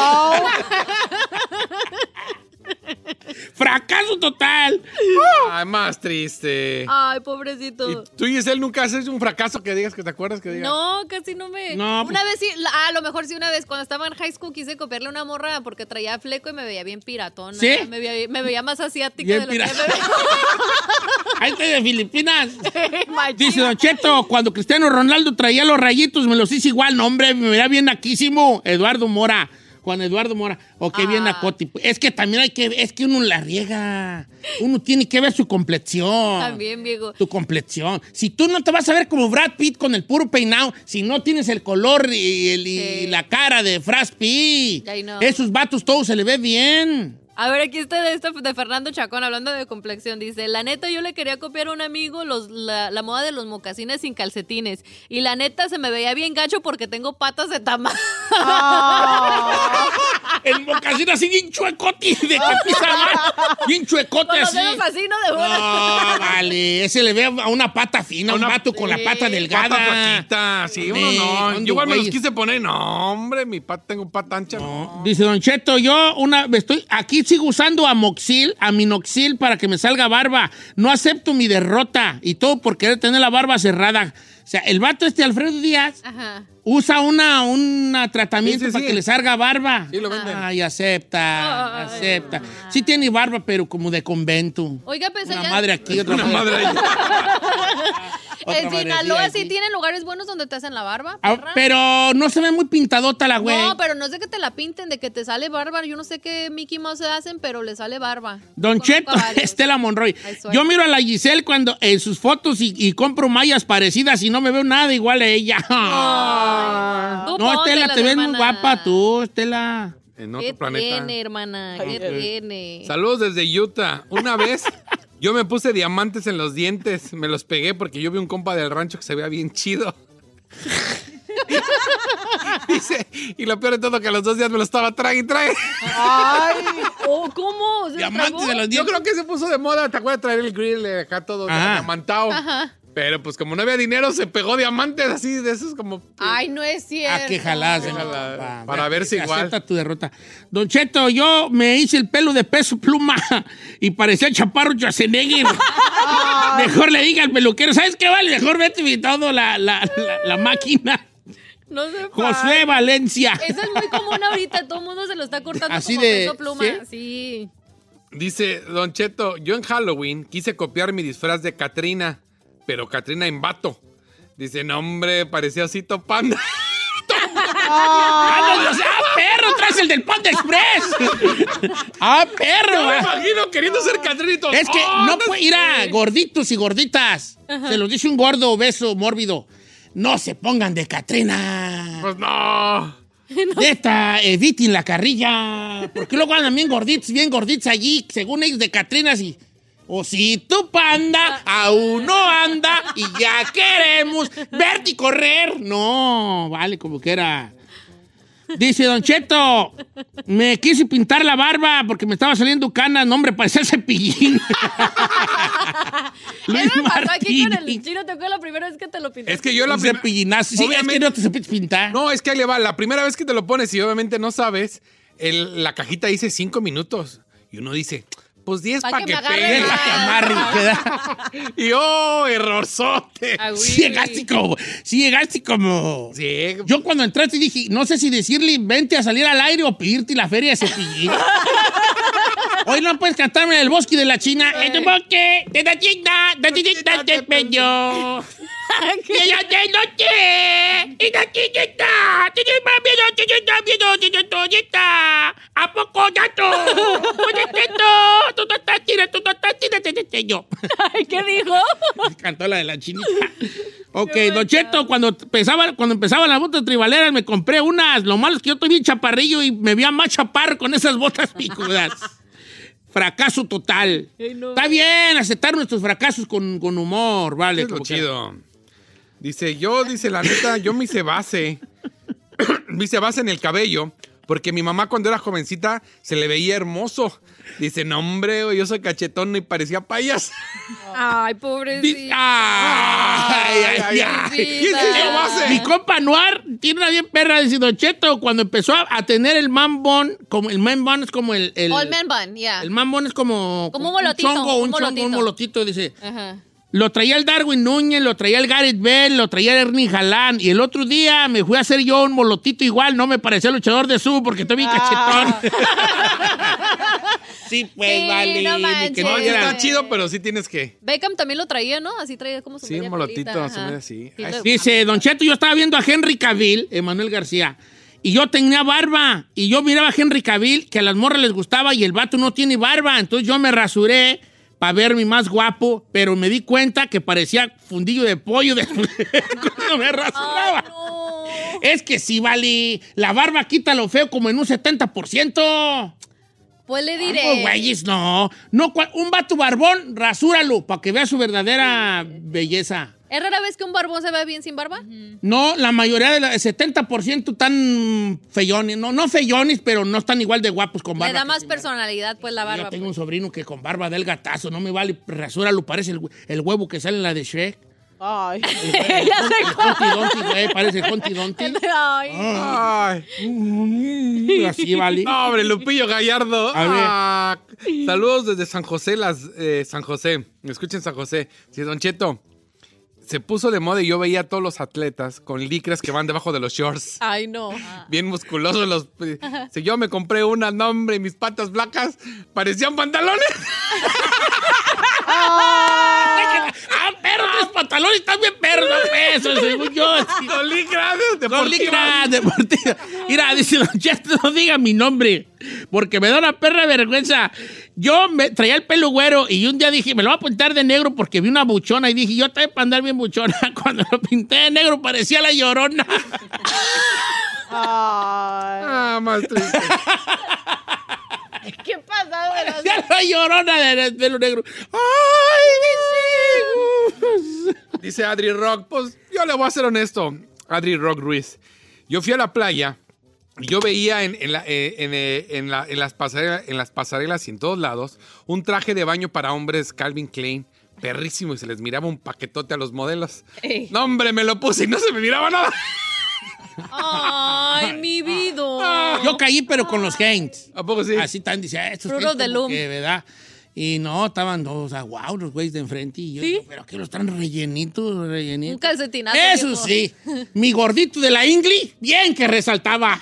[SPEAKER 3] Fracaso total.
[SPEAKER 5] Ay, Ah, más triste.
[SPEAKER 4] Ay, pobrecito.
[SPEAKER 5] Y tú y él nunca haces un fracaso que digas que te acuerdas que digas.
[SPEAKER 4] No, casi no me.
[SPEAKER 3] No,
[SPEAKER 4] una vez sí, la- a lo mejor sí, una vez cuando estaba en high school quise copiarle una morra porque traía fleco y me veía bien piratona.
[SPEAKER 3] ¿Sí?
[SPEAKER 4] Me veía, me veía más asiática
[SPEAKER 3] Bien
[SPEAKER 4] de lo que
[SPEAKER 3] pirata.
[SPEAKER 4] me
[SPEAKER 3] Ahí está de Filipinas.
[SPEAKER 4] veía.
[SPEAKER 3] Dice Don Cheto, cuando Cristiano Ronaldo traía los rayitos, me los hice igual. No, hombre, me veía bien naquísimo. Eduardo Mora. Juan Eduardo Mora. O que
[SPEAKER 4] Ah.
[SPEAKER 3] bien a Coti. Es que también hay que, es que uno la riega. Uno tiene que ver su complexión.
[SPEAKER 4] También, viejo.
[SPEAKER 3] Tu complexión. Si tú no te vas a ver como Brad Pitt con el puro peinado, si no tienes el color y, el- y
[SPEAKER 4] Sí.
[SPEAKER 3] la cara de Fras Pitt,
[SPEAKER 4] I know.
[SPEAKER 3] esos vatos todos se le ve bien.
[SPEAKER 4] A ver, aquí está de esto de Fernando Chacón hablando de complexión. Dice, la neta yo le quería copiar a un amigo los, la, la moda de los mocasines sin calcetines. Y la neta se me veía bien gacho porque tengo patas de tamal.
[SPEAKER 3] El mocasín así bien chuecoti de camisa mal. Bien chuecote
[SPEAKER 4] Con los
[SPEAKER 3] así.
[SPEAKER 4] dedos así, ¿no? De
[SPEAKER 3] No, vale. Ese le ve a una pata fina, a un
[SPEAKER 5] Una-
[SPEAKER 3] vato con la pata delgada.
[SPEAKER 5] Pata flaquita, sí, uno
[SPEAKER 3] Hombre,
[SPEAKER 5] no.
[SPEAKER 3] ¿cuándo,
[SPEAKER 5] Yo igual me los
[SPEAKER 3] güey?
[SPEAKER 5] quise poner, no, hombre, mi pata, tengo pata ancha. No.
[SPEAKER 3] No. Dice Don Cheto, yo una me estoy aquí sigo usando amoxil, aminoxil para que me salga barba. No acepto mi derrota y todo por querer tener la barba cerrada. O sea, el vato este Alfredo Díaz
[SPEAKER 4] Ajá.
[SPEAKER 3] usa una, una
[SPEAKER 5] Sí,
[SPEAKER 3] tratamiento
[SPEAKER 5] sí,
[SPEAKER 3] para
[SPEAKER 5] sí.
[SPEAKER 3] que le salga barba.
[SPEAKER 5] Sí, lo venden.
[SPEAKER 3] Ay, acepta,
[SPEAKER 4] Ay.
[SPEAKER 3] acepta. Sí tiene barba, pero como de convento.
[SPEAKER 4] Oiga, pues
[SPEAKER 3] Una
[SPEAKER 4] allá
[SPEAKER 3] madre aquí, otra
[SPEAKER 5] Una
[SPEAKER 3] madre
[SPEAKER 5] madre ahí.
[SPEAKER 3] otra
[SPEAKER 4] en
[SPEAKER 3] madre
[SPEAKER 4] Sinaloa
[SPEAKER 3] allí,
[SPEAKER 4] sí
[SPEAKER 3] allí.
[SPEAKER 4] tienen lugares buenos donde te hacen la barba.
[SPEAKER 3] Ah,
[SPEAKER 4] perra.
[SPEAKER 3] pero no se ve muy pintadota la güey.
[SPEAKER 4] No, pero no es de que te la pinten, de que te sale barba. Yo no sé qué Mickey Mouse se hacen, pero le sale barba.
[SPEAKER 3] Don
[SPEAKER 4] Conozco
[SPEAKER 3] Cheto, este,
[SPEAKER 4] a varios.
[SPEAKER 3] Estela Monroy.
[SPEAKER 4] Ay, suerte.
[SPEAKER 3] Yo miro a la Giselle cuando en sus fotos y, y compro mallas parecidas y no me veo nada igual a ella.
[SPEAKER 4] Tú
[SPEAKER 3] no, Estela,
[SPEAKER 4] póntelas,
[SPEAKER 3] te ves muy
[SPEAKER 4] hermana.
[SPEAKER 3] guapa tú, Estela.
[SPEAKER 5] En
[SPEAKER 4] ¿Qué
[SPEAKER 5] otro planeta.
[SPEAKER 4] tiene, hermana? ¿Qué tiene?
[SPEAKER 5] Saludos desde Utah. Una vez yo me puse diamantes en los dientes, me los pegué porque yo vi un compa del rancho que se veía bien chido. Dice, y lo peor de todo que a los dos días me lo estaba trague y trague.
[SPEAKER 6] Ay,
[SPEAKER 4] Oh, ¿Cómo? ¿Se
[SPEAKER 3] Diamantes de
[SPEAKER 4] tragó?
[SPEAKER 3] los
[SPEAKER 5] Yo
[SPEAKER 3] dientes.
[SPEAKER 5] creo que se puso de moda, ¿te acuerdas de traer el grill eh, acá todo
[SPEAKER 3] Ajá.
[SPEAKER 5] diamantado?
[SPEAKER 4] Ajá.
[SPEAKER 5] Pero pues como no había dinero, se pegó diamantes así, de esos como...
[SPEAKER 4] Ay, no es cierto.
[SPEAKER 3] Ah, que jalás, de
[SPEAKER 5] Ojalá.
[SPEAKER 3] mi papá.
[SPEAKER 5] Para ver si igual.
[SPEAKER 3] Acepta tu derrota. Don Cheto, yo me hice el pelo de peso pluma y parecía chaparro Schwarzenegger. Mejor le diga al peluquero, ¿sabes qué vale? Mejor vete invitando la, la, la, la máquina.
[SPEAKER 4] No se
[SPEAKER 3] José Valencia.
[SPEAKER 4] Eso es muy común ahorita, todo el mundo se lo está cortando
[SPEAKER 3] Así
[SPEAKER 4] como
[SPEAKER 3] de-
[SPEAKER 4] peso pluma.
[SPEAKER 3] ¿sí?
[SPEAKER 4] ¿sí?
[SPEAKER 5] Dice Don Cheto, yo en Halloween quise copiar mi disfraz de Katrina, pero Katrina en vato. Dice, no hombre, parecía Osito Panda.
[SPEAKER 3] ¡Ah, no, Dios! ¡Ah, perro! ¡Traes el del Panda Express! ¡Ah, perro!
[SPEAKER 5] Me
[SPEAKER 3] va!
[SPEAKER 5] imagino queriendo ser Catrinito.
[SPEAKER 3] Es que
[SPEAKER 5] ¡Oh,
[SPEAKER 3] no puede ir a gorditos y gorditas. Se los dice un gordo obeso mórbido. No se pongan de Catrina.
[SPEAKER 5] Pues no.
[SPEAKER 3] Neta, eviten eh, la carrilla. Porque luego andan bien gorditos, bien gorditos allí, según ellos de Catrinas y. O si tu panda aún no anda y ya queremos verte y correr. No, vale, como que era. Dice Don Cheto, me quise pintar la barba porque me estaba saliendo canas. No, hombre, parecía cepillín. Luis
[SPEAKER 4] Eso me pasó aquí con el
[SPEAKER 3] Martínez.
[SPEAKER 4] chino, te acuerdas la primera vez que te lo pinté.
[SPEAKER 5] Es que yo la
[SPEAKER 3] Un
[SPEAKER 5] prim-
[SPEAKER 3] cepillinazo. Sí, es que
[SPEAKER 5] Obviamente-
[SPEAKER 3] no te supiste pintar.
[SPEAKER 5] No, es que ahí le va. La primera vez que te lo pones y obviamente no sabes, el- la cajita dice cinco minutos. Y uno dice, pues 10
[SPEAKER 4] Pa'
[SPEAKER 5] para
[SPEAKER 4] que
[SPEAKER 5] que,
[SPEAKER 4] me agarre
[SPEAKER 5] pegue.
[SPEAKER 3] Deja que amarre y queda.
[SPEAKER 5] Y oh, errorzote.
[SPEAKER 4] Ah, güey.
[SPEAKER 3] Sí llegaste como... Sí llegaste como...
[SPEAKER 5] Sí,
[SPEAKER 3] Yo cuando entraste dije, no sé si decirle vente a salir al aire o pedirte la feria de cepillín. Hoy no puedes cantarme en el bosque de la China. En el bosque de la China, de la China te bello. De la de noche, y la chiquita, chiquita, miedo, chiquita, miedo, chiquita, chiquita. ¿A poco ya tú? Oye, Cheto, tú no estás china, tú no estás china, te- te- te- yo.
[SPEAKER 4] Ay, ¿Qué dijo?
[SPEAKER 3] Cantó la de la chinita. Ok, Don Cheto, cuando empezaba, cuando empezaban las botas tribaleras me compré unas. Lo malo es que yo estoy bien chaparrillo y me veía más chaparro con esas botas picudas. Fracaso total.
[SPEAKER 4] Ay, no.
[SPEAKER 3] Está bien aceptar nuestros fracasos con, con humor, vale.
[SPEAKER 5] Es lo
[SPEAKER 3] como que-
[SPEAKER 5] chido. Dice, yo, dice, la neta, yo me hice base. me hice base en el cabello. Porque mi mamá cuando era jovencita se le veía hermoso. Dice, no hombre, güey, yo soy cachetón y parecía payas.
[SPEAKER 4] Ay,
[SPEAKER 3] Di- ah,
[SPEAKER 4] pobrecito.
[SPEAKER 3] Ay, ay, ay, ay.
[SPEAKER 5] ¿Quién se hizo base?
[SPEAKER 3] Mi compa Noir tiene una bien perra de Don Cheto cuando empezó a, a tener el man bun, como el man bun es como el... el
[SPEAKER 4] Old man bun, ya.
[SPEAKER 3] El man bun es como...
[SPEAKER 4] Como un molotito,
[SPEAKER 3] chongo,
[SPEAKER 4] un
[SPEAKER 3] un chongo, un
[SPEAKER 4] molotito.
[SPEAKER 3] molotito, dice.
[SPEAKER 4] Ajá.
[SPEAKER 3] Lo traía el Darwin Núñez, lo traía el Gareth Bell, lo traía el Ernie Jalán. Y el otro día me fui a hacer yo un molotito igual. No me parecía luchador de su porque estoy bien
[SPEAKER 6] Ah.
[SPEAKER 3] cachetón. sí, pues,
[SPEAKER 4] Sí,
[SPEAKER 3] vale.
[SPEAKER 4] no
[SPEAKER 3] ni que
[SPEAKER 5] No,
[SPEAKER 4] manches.
[SPEAKER 5] sí
[SPEAKER 3] era.
[SPEAKER 5] está chido, pero sí tienes que.
[SPEAKER 4] Beckham también lo traía, ¿no? Así traía como su
[SPEAKER 5] Sí,
[SPEAKER 4] media
[SPEAKER 5] un molotito,
[SPEAKER 4] colita,
[SPEAKER 5] su
[SPEAKER 4] ajá.
[SPEAKER 5] media, sí.
[SPEAKER 4] Y
[SPEAKER 5] Ay,
[SPEAKER 4] luego-
[SPEAKER 3] Dice, Don Cheto, yo estaba viendo a Henry Cavill, Emanuel García, Y yo tenía barba. Y yo miraba a Henry Cavill, que a las morras les gustaba y el vato no tiene barba. Entonces yo me rasuré para verme más guapo, pero me di cuenta que parecía fundillo de pollo de- cuando me rasuraba. Es que sí, vale. La barba quita lo feo como en un 70%.
[SPEAKER 4] Pues le
[SPEAKER 3] Pues,
[SPEAKER 4] diré.
[SPEAKER 3] güeyes, no. no. cua- Un vato barbón, rasúralo para que vea su verdadera belleza.
[SPEAKER 4] ¿Es rara vez que un barbón se vea bien sin barba?
[SPEAKER 3] No, la mayoría del 70% están feyones. No, no feyones, pero no están igual de guapos con barba.
[SPEAKER 4] Le da
[SPEAKER 3] que
[SPEAKER 4] más
[SPEAKER 3] sin
[SPEAKER 4] personalidad, pues, la
[SPEAKER 3] barba.
[SPEAKER 4] barba.
[SPEAKER 3] Yo tengo un sobrino que con barba del gatazo, no me vale, rasúralo, parece el, hue- el huevo que sale en la de Shrek.
[SPEAKER 6] Ay.
[SPEAKER 3] El, hue- el Humpty Dumpty, güey, parece el Humpty Dumpty. Ah.
[SPEAKER 4] Ay.
[SPEAKER 5] Ay.
[SPEAKER 3] Así vale.
[SPEAKER 5] No, hombre, Lupillo Gallardo.
[SPEAKER 3] A ver.
[SPEAKER 5] Ah, saludos desde San José, las, eh, San José. Me escuchen San José. Sí, Don Cheto. Se puso de moda y yo veía a todos los atletas con licras que van debajo de los shorts.
[SPEAKER 4] Ay, no.
[SPEAKER 3] Ah.
[SPEAKER 5] Bien musculosos los... eh, Si yo me compré una, no, hombre, mis patas blancas parecían pantalones.
[SPEAKER 3] ¡Ah, perro! Tus pantalones están bien perros, pesos, según yo. así.
[SPEAKER 5] Con licras
[SPEAKER 3] No,
[SPEAKER 5] deportivas.
[SPEAKER 3] Ligra, deportiva. Mira, dice Don Cheto, no diga mi nombre, porque me da una perra vergüenza. Yo me traía el pelo güero y un día dije, me lo voy a pintar de negro porque vi una buchona y dije, yo también para andar bien buchona. Cuando lo pinté de negro parecía la llorona.
[SPEAKER 6] Ay.
[SPEAKER 5] Ah, más triste.
[SPEAKER 6] ¿Qué pasado? de los-
[SPEAKER 3] Parecía la llorona de- del pelo negro. ¡Ay, mis hijos!
[SPEAKER 5] Dice Adri Rock, pues yo le voy a ser honesto, Adri Rock Ruiz. Yo fui a la playa y yo veía en, en la- eh, en, eh, en la- en las pasarelas, en las pasarelas y en todos lados un traje de baño para hombres Calvin Klein, perrísimo, y se les miraba un paquetote a los modelos.
[SPEAKER 4] Ey.
[SPEAKER 5] No, hombre, me lo puse y no se me miraba nada.
[SPEAKER 4] Ay,
[SPEAKER 3] Ah.
[SPEAKER 4] mi vida.
[SPEAKER 3] Yo caí, pero con los Hanes.
[SPEAKER 5] ¿A poco Ah, sí?
[SPEAKER 3] Así tan dice, "Ah, estos
[SPEAKER 4] Frutos
[SPEAKER 3] güeyes
[SPEAKER 4] de
[SPEAKER 3] como
[SPEAKER 4] Loom.
[SPEAKER 3] que, ¿verdad? Y no, estaban dos, o sea, wow, los güeyes de enfrente. Y yo, digo, pero que los están rellenitos, rellenitos.
[SPEAKER 4] Un calcetinazo,
[SPEAKER 3] Eso
[SPEAKER 4] viejo.
[SPEAKER 3] sí, mi gordito de la Ingli, bien que resaltaba.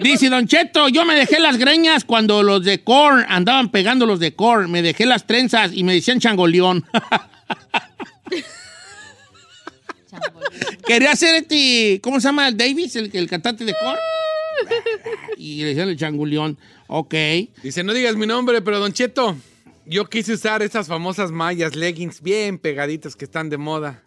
[SPEAKER 3] Dice Don Cheto, yo me dejé las greñas cuando los de Korn andaban pegando los de Korn. Me dejé las trenzas y me decían changoleón. Quería hacer este, ¿cómo se llama? El Davis, el, el cantante de Korn. Y le decían el changuleón. Ok.
[SPEAKER 5] Dice, no digas mi nombre, pero Don Cheto, yo quise usar esas famosas mallas, leggings bien pegaditas que están de moda.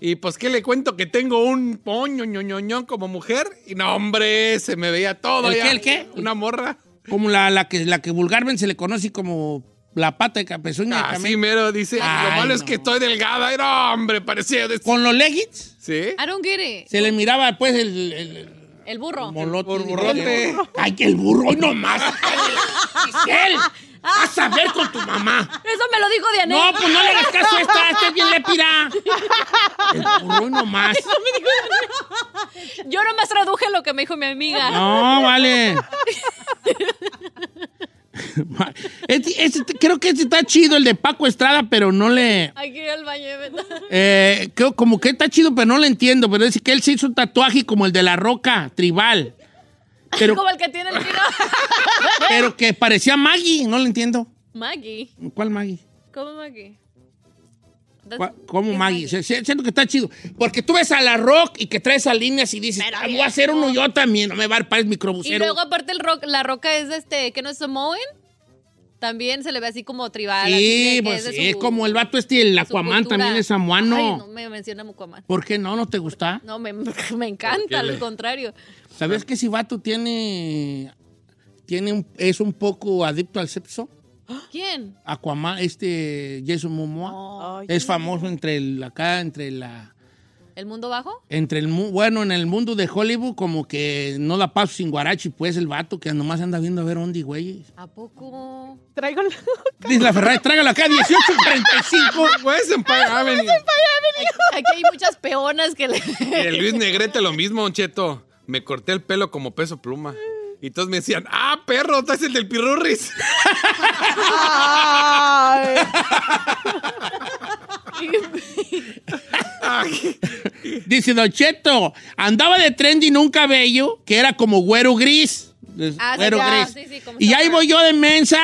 [SPEAKER 5] Y pues, ¿qué le cuento? Que tengo un poño ñoñoñón como mujer. Y no, hombre, se me veía todo.
[SPEAKER 3] ¿El
[SPEAKER 5] ya.
[SPEAKER 3] qué, el qué?
[SPEAKER 5] Una morra.
[SPEAKER 3] Como la, la que, la que vulgarmente se le conoce como la pata de capezuña. de
[SPEAKER 5] Así
[SPEAKER 3] camello.
[SPEAKER 5] mero, dice.
[SPEAKER 3] Ay,
[SPEAKER 5] lo malo es
[SPEAKER 3] no.
[SPEAKER 5] que estoy delgada. Y no, hombre, parecía... De...
[SPEAKER 3] Con los leggings
[SPEAKER 5] ¿Sí?
[SPEAKER 4] I don't get it.
[SPEAKER 3] se le miraba pues el, el- el
[SPEAKER 4] El burro.
[SPEAKER 3] molote.
[SPEAKER 5] El burrote.
[SPEAKER 3] Ay, que el burro, hoy nomás. Giselle, vas a ver con tu mamá.
[SPEAKER 4] Eso me lo dijo Dianel.
[SPEAKER 3] No, pues no le hagas caso a esta, esta es bien lépida. El burro, hoy nomás.
[SPEAKER 4] Yo nomás traduje lo que me dijo mi amiga.
[SPEAKER 3] No, vale. Este- este- creo que este está chido, el de Paco Estrada, pero no le...
[SPEAKER 4] Hay que ir al baño, ¿verdad?
[SPEAKER 3] Eh, creo como que está chido, pero no lo entiendo. Pero es que él se hizo un tatuaje como el de la roca tribal. Pero,
[SPEAKER 4] Como el que tiene el chino.
[SPEAKER 3] pero que parecía Maggie, no lo entiendo.
[SPEAKER 4] Maggie.
[SPEAKER 3] ¿Cuál Maggie?
[SPEAKER 4] ¿Cómo Maggie? That's-
[SPEAKER 3] ¿Cuál- ¿Cómo
[SPEAKER 4] es
[SPEAKER 3] Maggie? Se- se- Siento que está chido. Porque tú ves a la rock y que traes esas líneas y dices,
[SPEAKER 4] Pero
[SPEAKER 3] "Ah, voy
[SPEAKER 4] bien,
[SPEAKER 3] a hacer uno yo también, no me va a dar para el
[SPEAKER 4] Y
[SPEAKER 3] microbusero.
[SPEAKER 4] luego aparte el rock, la roca es de este, que no es Samoan. También se le ve así como tribal. así
[SPEAKER 3] sí,
[SPEAKER 4] de que
[SPEAKER 3] pues
[SPEAKER 4] de
[SPEAKER 3] sí, es
[SPEAKER 4] su-
[SPEAKER 3] como el vato este, el
[SPEAKER 4] su
[SPEAKER 3] Aquaman
[SPEAKER 4] cultura.
[SPEAKER 3] también es samuano.
[SPEAKER 4] Ay, no me menciona Aquaman.
[SPEAKER 3] ¿Por qué no? ¿No te gusta?
[SPEAKER 4] No, me, me encanta, al contrario.
[SPEAKER 3] ¿Sabes que si vato tiene, tiene un- es un poco adicto al sexo?
[SPEAKER 4] ¿Quién?
[SPEAKER 3] Aquaman, este Jason Momoa.
[SPEAKER 4] Oh,
[SPEAKER 6] Ay.
[SPEAKER 3] Es famoso entre el, acá, entre la,
[SPEAKER 4] ¿El mundo bajo?
[SPEAKER 3] entre el, mu- bueno, en el mundo de Hollywood, como que no da paso sin guarachi, pues el vato que nomás anda viendo a ver dónde, güey.
[SPEAKER 4] ¿A poco?
[SPEAKER 6] Traigo la...
[SPEAKER 3] Dice la Ferrari, trágala acá, 1835.
[SPEAKER 5] Pues en Pine Avenue.
[SPEAKER 4] Aquí hay muchas peonas que le...
[SPEAKER 5] Y el Luis Negrete lo mismo, Don Cheto. Me corté el pelo como peso pluma. Y todos me decían, ah, perro, estás el del pirurris.
[SPEAKER 6] Ay.
[SPEAKER 5] Ay.
[SPEAKER 3] Dice Don Cheto, andaba de trending un cabello que era como güero gris. Es
[SPEAKER 4] Ah, sí,
[SPEAKER 3] güero
[SPEAKER 4] ya,
[SPEAKER 3] gris.
[SPEAKER 4] sí, sí, como
[SPEAKER 3] y
[SPEAKER 4] está
[SPEAKER 3] ahí
[SPEAKER 4] ahora.
[SPEAKER 3] voy yo de mensa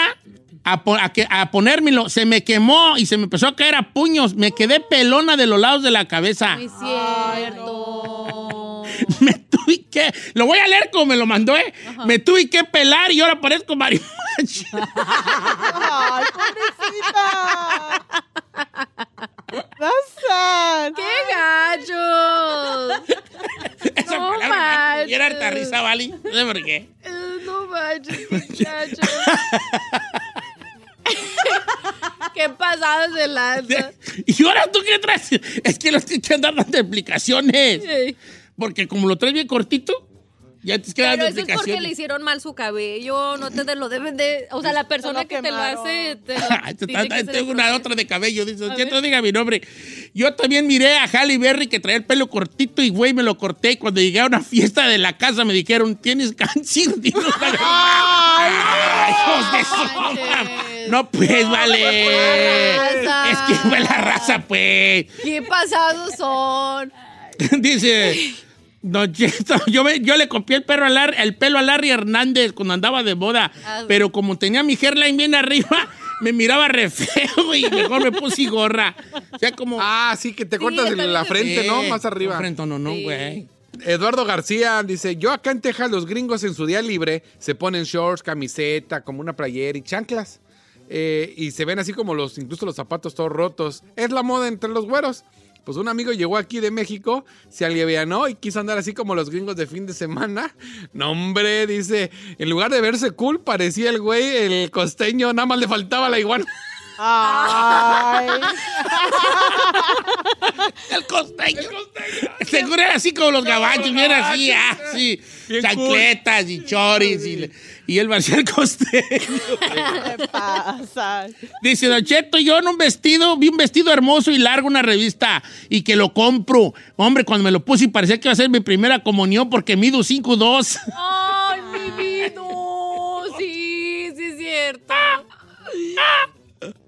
[SPEAKER 3] a, po- a que- a ponérmelo. Se me quemó y se me empezó a caer a puños. Me quedé pelona de los lados de la cabeza.
[SPEAKER 4] No es cierto.
[SPEAKER 3] me tuve que. Lo voy a leer como me lo mandó, ¿eh? Me tuve que pelar y ahora parezco marimachi.
[SPEAKER 6] Ay, pobrecita. That's sad.
[SPEAKER 4] ¡Qué gachos!
[SPEAKER 3] Esa
[SPEAKER 4] No
[SPEAKER 3] palabra me
[SPEAKER 4] manches.
[SPEAKER 3] diera harta risa, ¿vale? No sé por qué.
[SPEAKER 4] Eh, No manches, qué gachos. qué pasados de lanza.
[SPEAKER 3] ¿Y ahora tú qué traes? Es que los tienes que andar dando explicaciones.
[SPEAKER 4] Ey.
[SPEAKER 3] Porque como lo traes bien cortito, ya te quedan
[SPEAKER 4] Pero
[SPEAKER 3] dando
[SPEAKER 4] eso es porque le
[SPEAKER 3] explicaciones.
[SPEAKER 4] hicieron mal su cabello, no te de- lo deben de... O sea, la persona
[SPEAKER 6] lo
[SPEAKER 4] que te lo
[SPEAKER 6] quemaron.
[SPEAKER 4] hace... Te lo-
[SPEAKER 3] Ah, esto
[SPEAKER 4] tiene
[SPEAKER 3] está-
[SPEAKER 4] que ser
[SPEAKER 3] tengo una
[SPEAKER 4] profesional.
[SPEAKER 3] otra de cabello. Dice,
[SPEAKER 4] A
[SPEAKER 3] "Che,
[SPEAKER 4] ver.
[SPEAKER 3] no diga mi nombre. Yo también miré a Halle Berry que traía el pelo cortito y, güey, me lo corté. Y cuando llegué a una fiesta de la casa me dijeron, tienes cáncer. Digo, "Ay, hijos de su
[SPEAKER 4] manches.
[SPEAKER 3] madre". No, pues, vale.
[SPEAKER 4] fue la raza.
[SPEAKER 3] Es que fue la raza, pues.
[SPEAKER 4] ¡Qué pasados son!
[SPEAKER 3] Dice, Don Cheto, yo, me- yo le copié el, perro a Lar- el pelo a Larry Hernández cuando andaba de moda,
[SPEAKER 4] Ah.
[SPEAKER 3] pero como tenía mi hairline bien arriba, me miraba re feo y mejor me puse gorra. O sea, como...
[SPEAKER 5] Ah, sí, que te cortas
[SPEAKER 4] está
[SPEAKER 5] la
[SPEAKER 4] bien.
[SPEAKER 5] frente, ¿no?
[SPEAKER 3] Eh,
[SPEAKER 5] Más arriba.
[SPEAKER 3] no, frente, no, no,
[SPEAKER 4] Sí.
[SPEAKER 3] güey.
[SPEAKER 5] Eduardo García dice, yo acá en Texas los gringos en su día libre se ponen shorts, camiseta, como una playera y chanclas. Eh, y se ven así como los, incluso los zapatos todos rotos. Es la moda entre los güeros. Pues un amigo llegó aquí de México, se alivianó y quiso andar así como los gringos de fin de semana. No, hombre, dice, en lugar de verse cool, parecía el güey, el costeño, nada más le faltaba la iguana.
[SPEAKER 6] Ay.
[SPEAKER 3] El costeño. Seguro era así como los gabachos, bien así, ah, sí.
[SPEAKER 5] Bien
[SPEAKER 3] Chancletas y choris y, y el marcial costeño.
[SPEAKER 6] ¿Qué pasa?
[SPEAKER 3] Dice, Don Cheto, yo en un vestido, vi un vestido hermoso y largo, en una revista, y que lo compro. Hombre, cuando me lo puse y parecía que iba a ser mi primera comunión porque mido 5'2".
[SPEAKER 4] ¡Ay, mi vida! Sí, sí es cierto.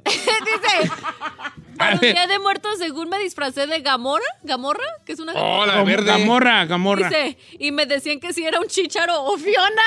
[SPEAKER 4] Dice,
[SPEAKER 3] A
[SPEAKER 4] para un
[SPEAKER 3] ver.
[SPEAKER 4] día de muertos, según me disfracé de Gamora, Gamorra, que es una...
[SPEAKER 5] Hola,
[SPEAKER 3] Como
[SPEAKER 5] verde.
[SPEAKER 3] Gamorra, Oh, gamorra.
[SPEAKER 4] Dice, y me decían que si era un chicharo o Fiona.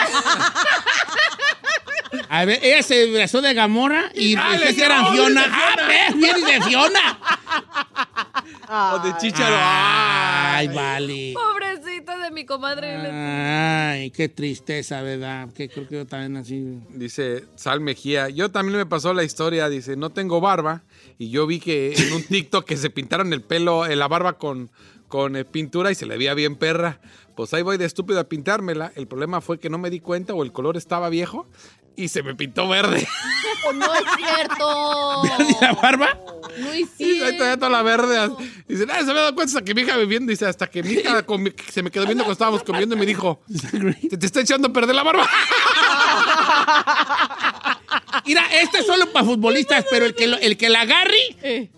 [SPEAKER 3] A ver, ella se disfrazó de Gamora y
[SPEAKER 5] Dale,
[SPEAKER 3] pensé que era
[SPEAKER 5] no,
[SPEAKER 3] Fiona.
[SPEAKER 5] dice
[SPEAKER 3] ¡Ah, ves! ¡Vienes de Fiona!
[SPEAKER 6] Oh,
[SPEAKER 2] Oh,
[SPEAKER 5] O
[SPEAKER 6] Ah,
[SPEAKER 5] de chicharo.
[SPEAKER 3] ah. Ay, vale.
[SPEAKER 4] Pobrecita de mi
[SPEAKER 3] Ah.
[SPEAKER 4] comadre.
[SPEAKER 3] Ay, qué tristeza, ¿verdad? Que creo que yo también así.
[SPEAKER 5] Dice Sal Mejía, yo también me pasó la historia, dice, no tengo barba y yo vi que en un TikTok que se pintaron el pelo, eh, la barba con, con eh, pintura y se le veía bien perra. Pues ahí voy de estúpido a pintármela. El problema fue que no me di cuenta o el color estaba viejo y se me pintó verde.
[SPEAKER 4] No es cierto.
[SPEAKER 3] ¿Y la barba?
[SPEAKER 4] No es
[SPEAKER 5] Y ahí todavía
[SPEAKER 4] cierto.
[SPEAKER 5] toda la verde. Dice, nadie se me dado cuenta hasta que mi hija me viendo, dice, hasta que mi hija comi- se me quedó viendo cuando estábamos comiendo y me dijo, te, te está echando a perder la barba.
[SPEAKER 3] Mira, este es solo para futbolistas, pero el que, lo- el que la agarre
[SPEAKER 4] Eh.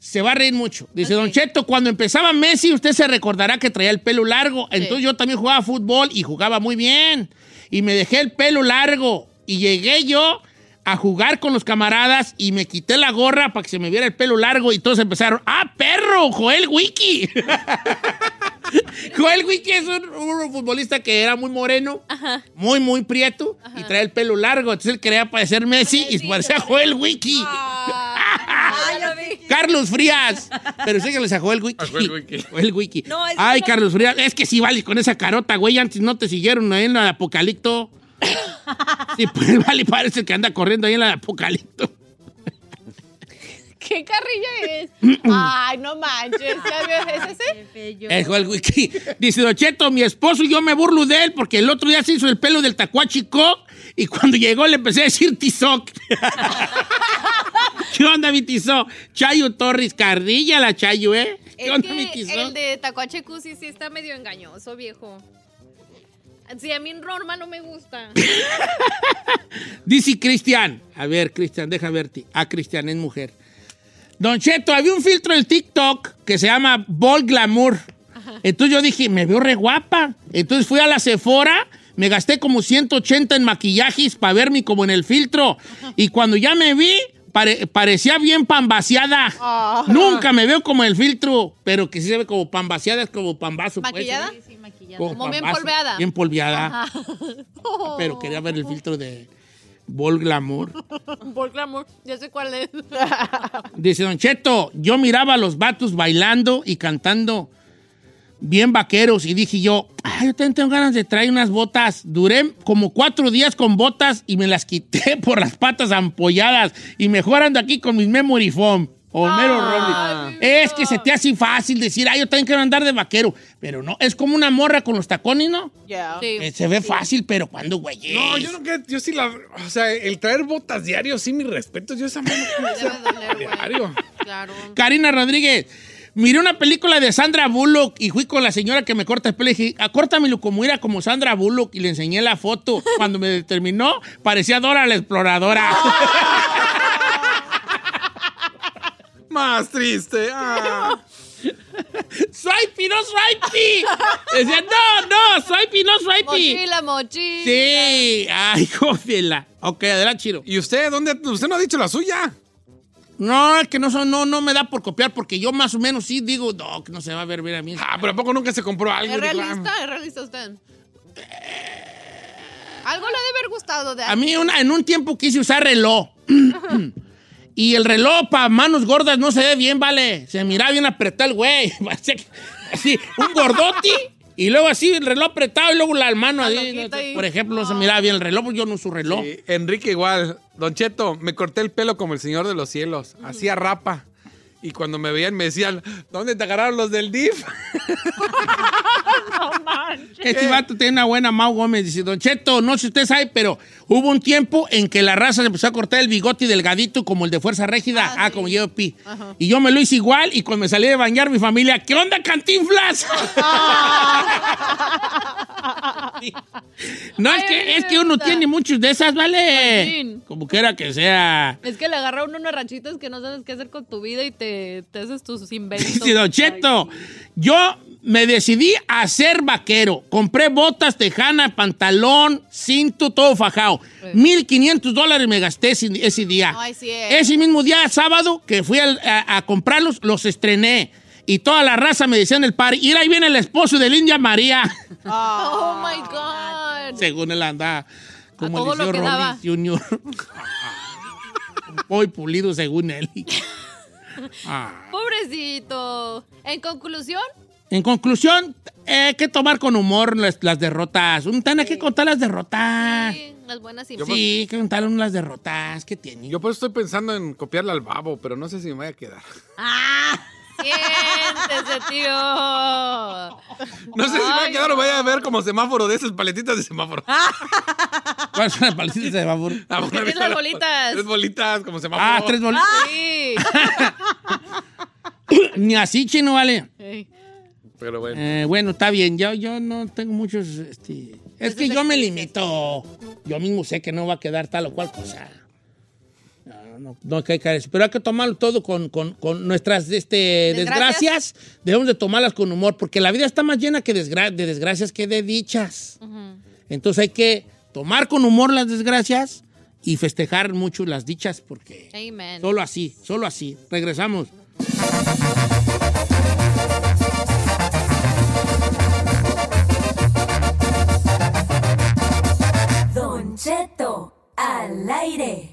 [SPEAKER 3] se va a reír mucho. Dice Don Cheto, cuando empezaba Messi, usted se recordará que traía el pelo largo. Entonces yo también jugaba fútbol y jugaba muy bien. Y me dejé el pelo largo. Y llegué yo a jugar con los camaradas y me quité la gorra para que se me viera el pelo largo. Y todos empezaron, ¡ah, perro! Joel Wiki. Joel Wiki es un, un futbolista que era muy moreno, muy, muy prieto y traía el pelo largo. Entonces él quería parecer Messi y parecía Joel Wiki.
[SPEAKER 4] Ah, ya lo vi.
[SPEAKER 3] Carlos Frías. Pero sí que les sacó el wiki.
[SPEAKER 5] A Joel Wiki.
[SPEAKER 3] Joel Wiki.
[SPEAKER 4] No, es que
[SPEAKER 3] Ay,
[SPEAKER 4] no-
[SPEAKER 3] Carlos Frías. Es que sí, vale, con esa carota, güey. Antes no te siguieron ahí en la de Apocalipto. Sí, pues vale, parece que anda corriendo ahí en la de Apocalipto.
[SPEAKER 4] ¿Qué carrilla es?
[SPEAKER 6] Ay, no manches. ¿Ya vio? ¿Es ese?
[SPEAKER 3] Es Joel Wiki. Dice Docheto, mi esposo y yo me burlo de él porque el otro día se hizo el pelo del tacuachico y cuando llegó le empecé a decir Tizoc. ¿Qué onda, mi Tizoc? Chayo Torres Carrilla, la Chayo, ¿eh? ¿Qué
[SPEAKER 4] Es
[SPEAKER 3] onda, mi
[SPEAKER 4] que
[SPEAKER 3] Tizoc?
[SPEAKER 4] el de Tacuachecu sí, sí está medio engañoso, viejo. Sí, a mí en Roma no me gusta.
[SPEAKER 3] Dice Cristian. A ver, Cristian, deja verte. Ah, Cristian es mujer. Don Cheto, había un filtro en TikTok que se llama Ball Glamour. Entonces yo dije, me veo re guapa. Entonces fui a la Sephora, me gasté como 180 en maquillajes para verme como en el filtro. Y cuando ya me vi, pare- parecía bien pambaseada. Nunca me veo como el filtro, pero que sí se ve como pambaseada, es como pambazo. pues,
[SPEAKER 6] ¿Maquillada?
[SPEAKER 3] ¿no?
[SPEAKER 4] Como bien
[SPEAKER 3] pambazo,
[SPEAKER 4] polveada.
[SPEAKER 3] Oh, Bien polveada. Pero quería ver el filtro de Ball Glamour.
[SPEAKER 4] Por glamour, ya sé cuál es.
[SPEAKER 3] Dice Don Cheto, yo miraba a los vatos bailando y cantando bien vaqueros. Y dije yo, ay, yo también tengo ganas de traer unas botas. Duré como cuatro días con botas y me las quité por las patas ampolladas. Y mejor ando aquí con mis memory foam. O mero Robles. Es que se te hace fácil decir, ay, yo también quiero andar de vaquero. Pero no, es como una morra con los tacones, ¿no?
[SPEAKER 6] Yeah.
[SPEAKER 4] Sí.
[SPEAKER 3] Eh, se ve fácil, pero cuando, güey.
[SPEAKER 5] No, yo no que- yo sí la. O sea, el traer botas diario, sí, mis respetos. Yo esa mano. o sea, diario.
[SPEAKER 4] Claro.
[SPEAKER 3] Karina Rodríguez. Miré una película de Sandra Bullock y fui con la señora que me corta el pelo y dije, acórtamelo como era como Sandra Bullock y le enseñé la foto. Cuando me determinó, parecía Dora la exploradora.
[SPEAKER 5] Más triste. Ah.
[SPEAKER 3] ¡Swipey, no swipey! Decía, no, no, swipey, no swipey.
[SPEAKER 4] Mochila, mochila.
[SPEAKER 3] Sí, ay, cógela. Ok, adelante, Chiro.
[SPEAKER 5] ¿Y usted dónde? Usted no ha dicho la suya.
[SPEAKER 3] No, es que no, son- no, no me da por copiar porque yo más o menos sí digo, no, que no se va a ver bien a mí.
[SPEAKER 5] Ah, pero ¿a poco nunca se compró algo? ah,
[SPEAKER 4] ¿Es
[SPEAKER 5] Digo,
[SPEAKER 4] realista? ¿Es realista usted? Algo le ha de haber gustado de
[SPEAKER 3] A mí una- en un tiempo quise usar reloj. y el reloj para manos gordas no se ve bien, vale. Se miraba bien apretado el güey. Parecía que- así, un gordote. Y luego así, el reloj apretado y luego la mano
[SPEAKER 4] La
[SPEAKER 3] así.
[SPEAKER 4] lonjita ahí.
[SPEAKER 3] Por ejemplo, no se miraba bien el reloj, pues yo no uso
[SPEAKER 5] ah,
[SPEAKER 3] reloj.
[SPEAKER 5] sí, Enrique igual. Don Cheto, me corté el pelo como el señor de los cielos. Hacía rapa. Y cuando me veían me decían, ¿dónde te agarraron los del DIF?
[SPEAKER 3] Este vato tiene una buena Mau Gómez. Dice, Don Cheto, no sé si usted sabe, pero hubo un tiempo en que la raza se empezó a cortar el bigote delgadito como el de Fuerza Régida. Ah, como yo, Pi. Y yo me lo hice igual y cuando me salí de bañar, mi familia, ¿qué onda, cantinflas? no, es que, es que uno
[SPEAKER 4] Ay,
[SPEAKER 3] tiene muchos de esas, ¿vale?
[SPEAKER 4] Machín.
[SPEAKER 3] Como quiera que sea.
[SPEAKER 4] Es que le agarra a uno unas ranchitas que no sabes qué hacer con tu vida y te, te haces tus inventos.
[SPEAKER 3] Dice Don Cheto, yo me decidí a ser vaquero. Compré botas, tejana, pantalón, cinto, todo fajado. 1.500 dólares me gasté ese, ese día.
[SPEAKER 4] Ay, sí eh. es.
[SPEAKER 3] ese mismo día, sábado, que fui al- a, a comprarlos, los estrené. Y toda la raza me decían el par. Y ahí viene el esposo del India María.
[SPEAKER 4] Oh my God.
[SPEAKER 3] Según él andaba como
[SPEAKER 4] A todo
[SPEAKER 3] Eliseo
[SPEAKER 4] lo que
[SPEAKER 3] Robles
[SPEAKER 4] daba.
[SPEAKER 3] Jr. Hoy pulido según él.
[SPEAKER 4] Pobrecito. En conclusión,
[SPEAKER 3] En conclusión, eh, hay que tomar con humor las, las derrotas. Un tan hay que contar las derrotas. Sí,
[SPEAKER 4] sí, las buenas y malas.
[SPEAKER 3] hay que contar unas derrotas que tiene.
[SPEAKER 5] Yo por eso estoy pensando en copiarle al babo, pero no sé si me vaya a quedar.
[SPEAKER 4] Siéntese, tío.
[SPEAKER 5] No sé si me va a
[SPEAKER 4] Ay,
[SPEAKER 5] quedar o vaya a ver como semáforo de esas paletitas de semáforo.
[SPEAKER 3] ¿Cuáles son las palitas de favor?
[SPEAKER 5] Ah, bueno,
[SPEAKER 4] Tienes
[SPEAKER 5] mira,
[SPEAKER 4] las bolitas.
[SPEAKER 5] Tres bolitas como semáforo.
[SPEAKER 3] Ah, tres bolitas.
[SPEAKER 4] Sí.
[SPEAKER 3] Ni así, chino, vale.
[SPEAKER 4] Ey.
[SPEAKER 5] Pero bueno.
[SPEAKER 3] Eh, bueno, está bien. Yo, yo no tengo muchos... este, Es que yo me limito. Yo mismo sé que no va a quedar tal o cual cosa. No, no, no hay que caer en eso. Pero hay que tomarlo todo con, con- con nuestras este,
[SPEAKER 4] Desgracias.
[SPEAKER 3] desgracias. Debemos de tomarlas con humor, porque la vida está más llena que desgra- de desgracias que de dichas. Entonces hay que tomar con humor las desgracias y festejar mucho las dichas, porque
[SPEAKER 4] Amen.
[SPEAKER 3] solo así, solo así. Regresamos.
[SPEAKER 7] Don Cheto, al aire.